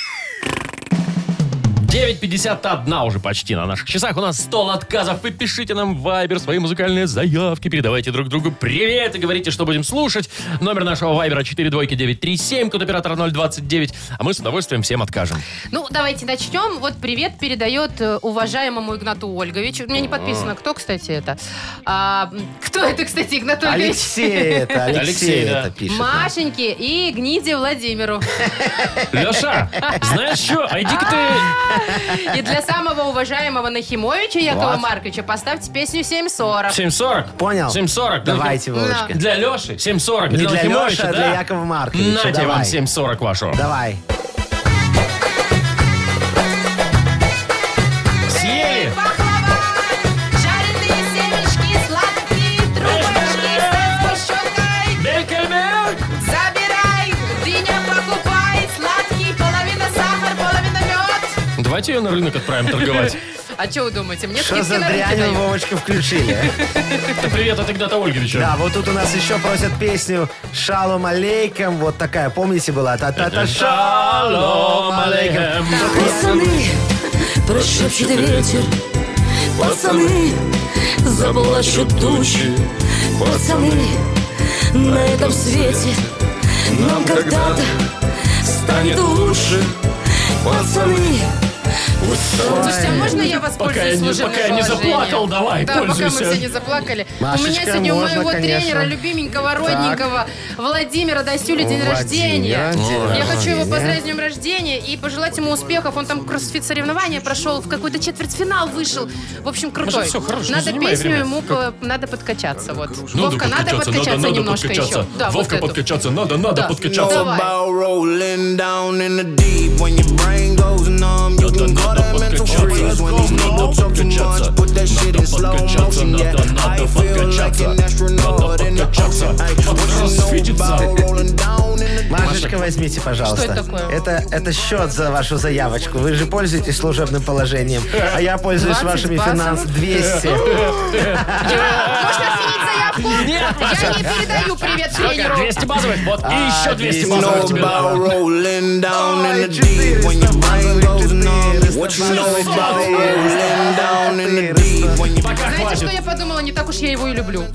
B: 9.51 уже почти на наших часах. У нас стол отказов. Вы пишите нам в Viber свои музыкальные заявки. Передавайте друг другу привет и говорите, что будем слушать. Номер нашего Viber 42937, код оператора 029. А мы с удовольствием всем откажем.
D: Ну, давайте начнем. Вот привет передает э, уважаемому Игнату Ольговичу. У меня не подписано, кто, кстати, это. А, м, кто это, кстати, Игнат Ольгович?
C: Алексей это, Алексей
B: Алексей, да.
C: это пишет. да.
D: Машеньке и Гниде Владимиру.
B: Леша, знаешь что? А иди-ка ты...
D: И для самого уважаемого Нахимовича Якова
C: Вот.
D: Марковича поставьте песню 740.
B: 7.40.
C: Понял?
B: 7.40.
C: Давайте, Вовочка.
B: Для Леши 7.40.
C: Не для
B: Нахимовича,
C: Леши, а для
B: да?
C: Якова Марковича.
B: Нате вам
C: Давай.
B: 7.40 вашего.
C: Давай.
B: Съели?
E: Пахлава, жареные семечки, сладкие трубочки со сгущенкой.
B: Бекельберг!
E: Забирай, дыня покупай, сладкий, половина сахар, половина мед.
B: Давайте ее на рынок отправим торговать.
D: А что вы думаете, мне
C: Что
D: скидки
C: за
D: на рынке
C: дрянь вы,
D: дают?
C: Вовочка, включили? а?
B: Это привет от Игната Ольговича.
C: Да, вот тут у нас еще просят песню «Шалом алейкам». Вот такая, помните, была? Та-та-та «Шалом алейкам».
J: Ну, Пацаны, прошепчет ветер Пацаны, заплачут тучи Пацаны, на этом свете Нам когда-то станет лучше Пацаны,
D: Слушайте, а можно я
B: Пока я
D: воспользуюсь
B: не-
D: служебным
B: пока я не
D: положением?
B: заплакал, давай,
D: Да, пока мы
B: пользуйся.
D: все не заплакали. у меня
C: Машечка,
D: сегодня
C: можно,
D: у моего
C: конечно.
D: тренера, любименького, родненького, Владимира Дасюля, день рождения.
C: день
D: Я
C: рождения.
D: хочу его поздравить с днем рождения и пожелать ему успехов. Он там кроссфит соревнования прошел, в какой-то четвертьфинал вышел. В общем, крутой.
B: Маша, всё, хорош, не
D: надо
B: занимай
D: песню
B: время.
D: ему по- надо подкачаться. Вот.
B: Надо
D: Вовка, надо подкачаться
B: надо
D: немножко
B: подкачаться.
D: еще. Да, вот
B: Вовка,
D: эту.
B: подкачаться, надо, надо
D: Да.
B: подкачаться.
D: Давай.
K: rolling down in the deep. When your brain goes numb, you
B: Надо,
K: can call
B: надо
K: that mental freeze.
B: подкачаться,
K: When
B: надо
K: these niggas talk too
B: подкачаться,
K: much, put that shit in
B: надо
K: slow
B: подкачаться,
K: motion. Yeah,
B: надо,
K: I
B: надо
K: feel like
B: подкачаться,
K: an astronaut
B: надо
K: in the
B: подкачаться,
K: ocean. Ay,
B: подкачаться.
K: What you know about rolling down in the
C: Машечка, возьми Скажите, пожалуйста.
D: Что это такое?
C: Это, это счет за вашу заявочку. Вы же пользуетесь служебным положением, а я пользуюсь
D: 20
C: вашими
D: баксов.
C: финансами 200.
D: Можно сменить заявку?
B: Нет,
D: Я не передаю привет
B: Сколько?
D: тренеру.
B: 200 базовых? Вот, и
K: I
B: еще 200
K: just
B: базовых
K: know
B: тебе
K: about
B: дам.
K: rolling down in the deep when your brain goes numb. What you know about rolling down in the deep when your
B: Пока
D: Знаете,
B: хватит.
D: что я подумала? Не так уж я его и люблю.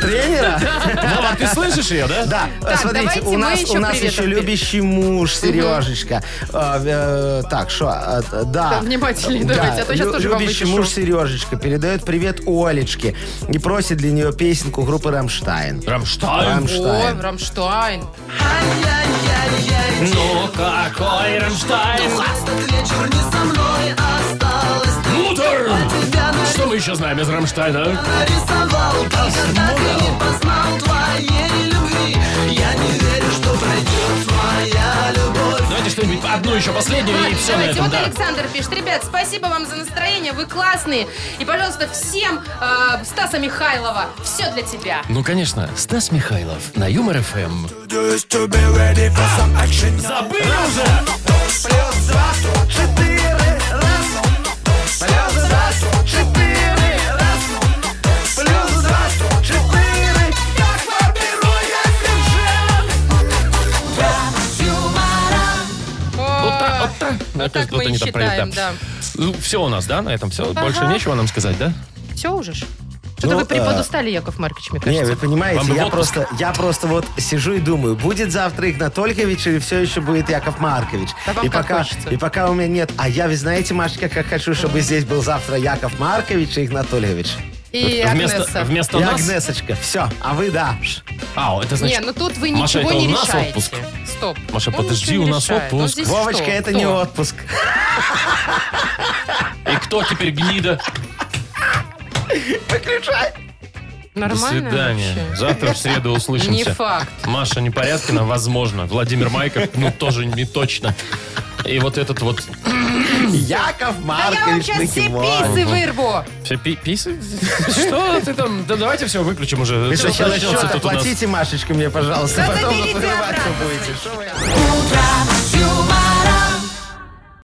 C: Тренера?
B: Вова, ты слышишь ее, да?
C: Да, э,
D: Так,
C: смотрите,
D: давайте
C: у
D: мы
C: нас,
D: еще
C: у нас
D: привет
C: еще
D: ответим.
C: любящий муж, Сережечка. А, э, так, что? а, э, да.
D: Да, внимательнее давайте, а то сейчас
C: лю-
D: тоже вам
C: Любящий
D: выпишу.
C: муж Сережечка передает привет Олечке и просит для нее песенку группы «Рамштайн».
B: Рамштайн.
C: Рамштайн.
D: О, Рамштайн.
B: Ну какой Рамштайн?
D: Ну,
B: Мутер! Что мы еще знаем из Рамштайна? а? ну Давайте что-нибудь одну еще последнюю и
D: Ладно,
B: все на
D: давайте.
B: этом,
D: Вот
B: да.
D: Александр пишет. Ребят, спасибо вам за настроение, вы классные. И, пожалуйста, всем э, Стаса Михайлова. Все для тебя.
B: Ну, конечно, Стас Михайлов на Юмор Эм. ФМ.
K: do is to be ready for some action.
B: Забыли уже!
K: Плюс два, четыре, раз. Плюс два, четыре, раз. Плюс два, четыре. Так формируем бюджет.
B: Вот так, вот так. Ну,
D: Вот так мы и
B: они там
D: считаем,
B: пролетают.
D: да.
B: Ну, Все у нас, да, на этом все? Больше нечего нам сказать, да?
D: Все уже ж? Что-то
C: Ну,
D: вы
C: э,
D: преподустали, Яков Маркович, мне
C: Не,
D: кажется.
C: вы
B: Вам
C: понимаете,
B: бы в
C: я
B: отпуск.
C: просто, я просто вот сижу и думаю, будет завтра Игнат Ольгович или все еще будет Яков Маркович.
D: Да вам
C: и,
D: как
C: пока,
D: хочется.
C: и пока у меня нет. А я, вы знаете, Машечка, как хочу, чтобы здесь был завтра Яков Маркович и Игнат Ольгович.
D: И
B: вместо
D: Агнеса.
B: вместо
C: И
B: нас...
C: Агнесочка. Все. А вы, да.
B: А, это
D: Не,
B: значит...
D: ну тут вы
B: Маша,
D: ничего
B: это
D: не
B: у нас
D: решаете.
B: отпуск?
D: Стоп.
B: Маша,
D: Он
B: подожди,
D: ничего не
B: у нас
D: решает. Он
B: отпуск.
D: здесь
C: Вовочка,
D: что?
C: это
D: Кто?
C: не отпуск.
B: И кто теперь гнида? До
D: Нормально
B: свидания.
D: вообще?
B: Завтра в среду услышимся.
D: Не факт.
B: Маша Непорядкина, возможно. Владимир Майков, ну, тоже не точно. И вот этот вот...
C: Яков
D: А я вам
C: Маркович
D: сейчас все
C: Нахимович.
D: писы вырву.
B: Все пи- писы? Что ты там? Да давайте все выключим уже.
C: Вы что, сейчас
B: Начнется
C: счет
B: тут у нас.
C: оплатите, Машечка, мне, пожалуйста.
D: Да
C: Потом
D: заберите
C: вырываться
D: обратно.
C: будете. Что вы-
E: Утро с юмором.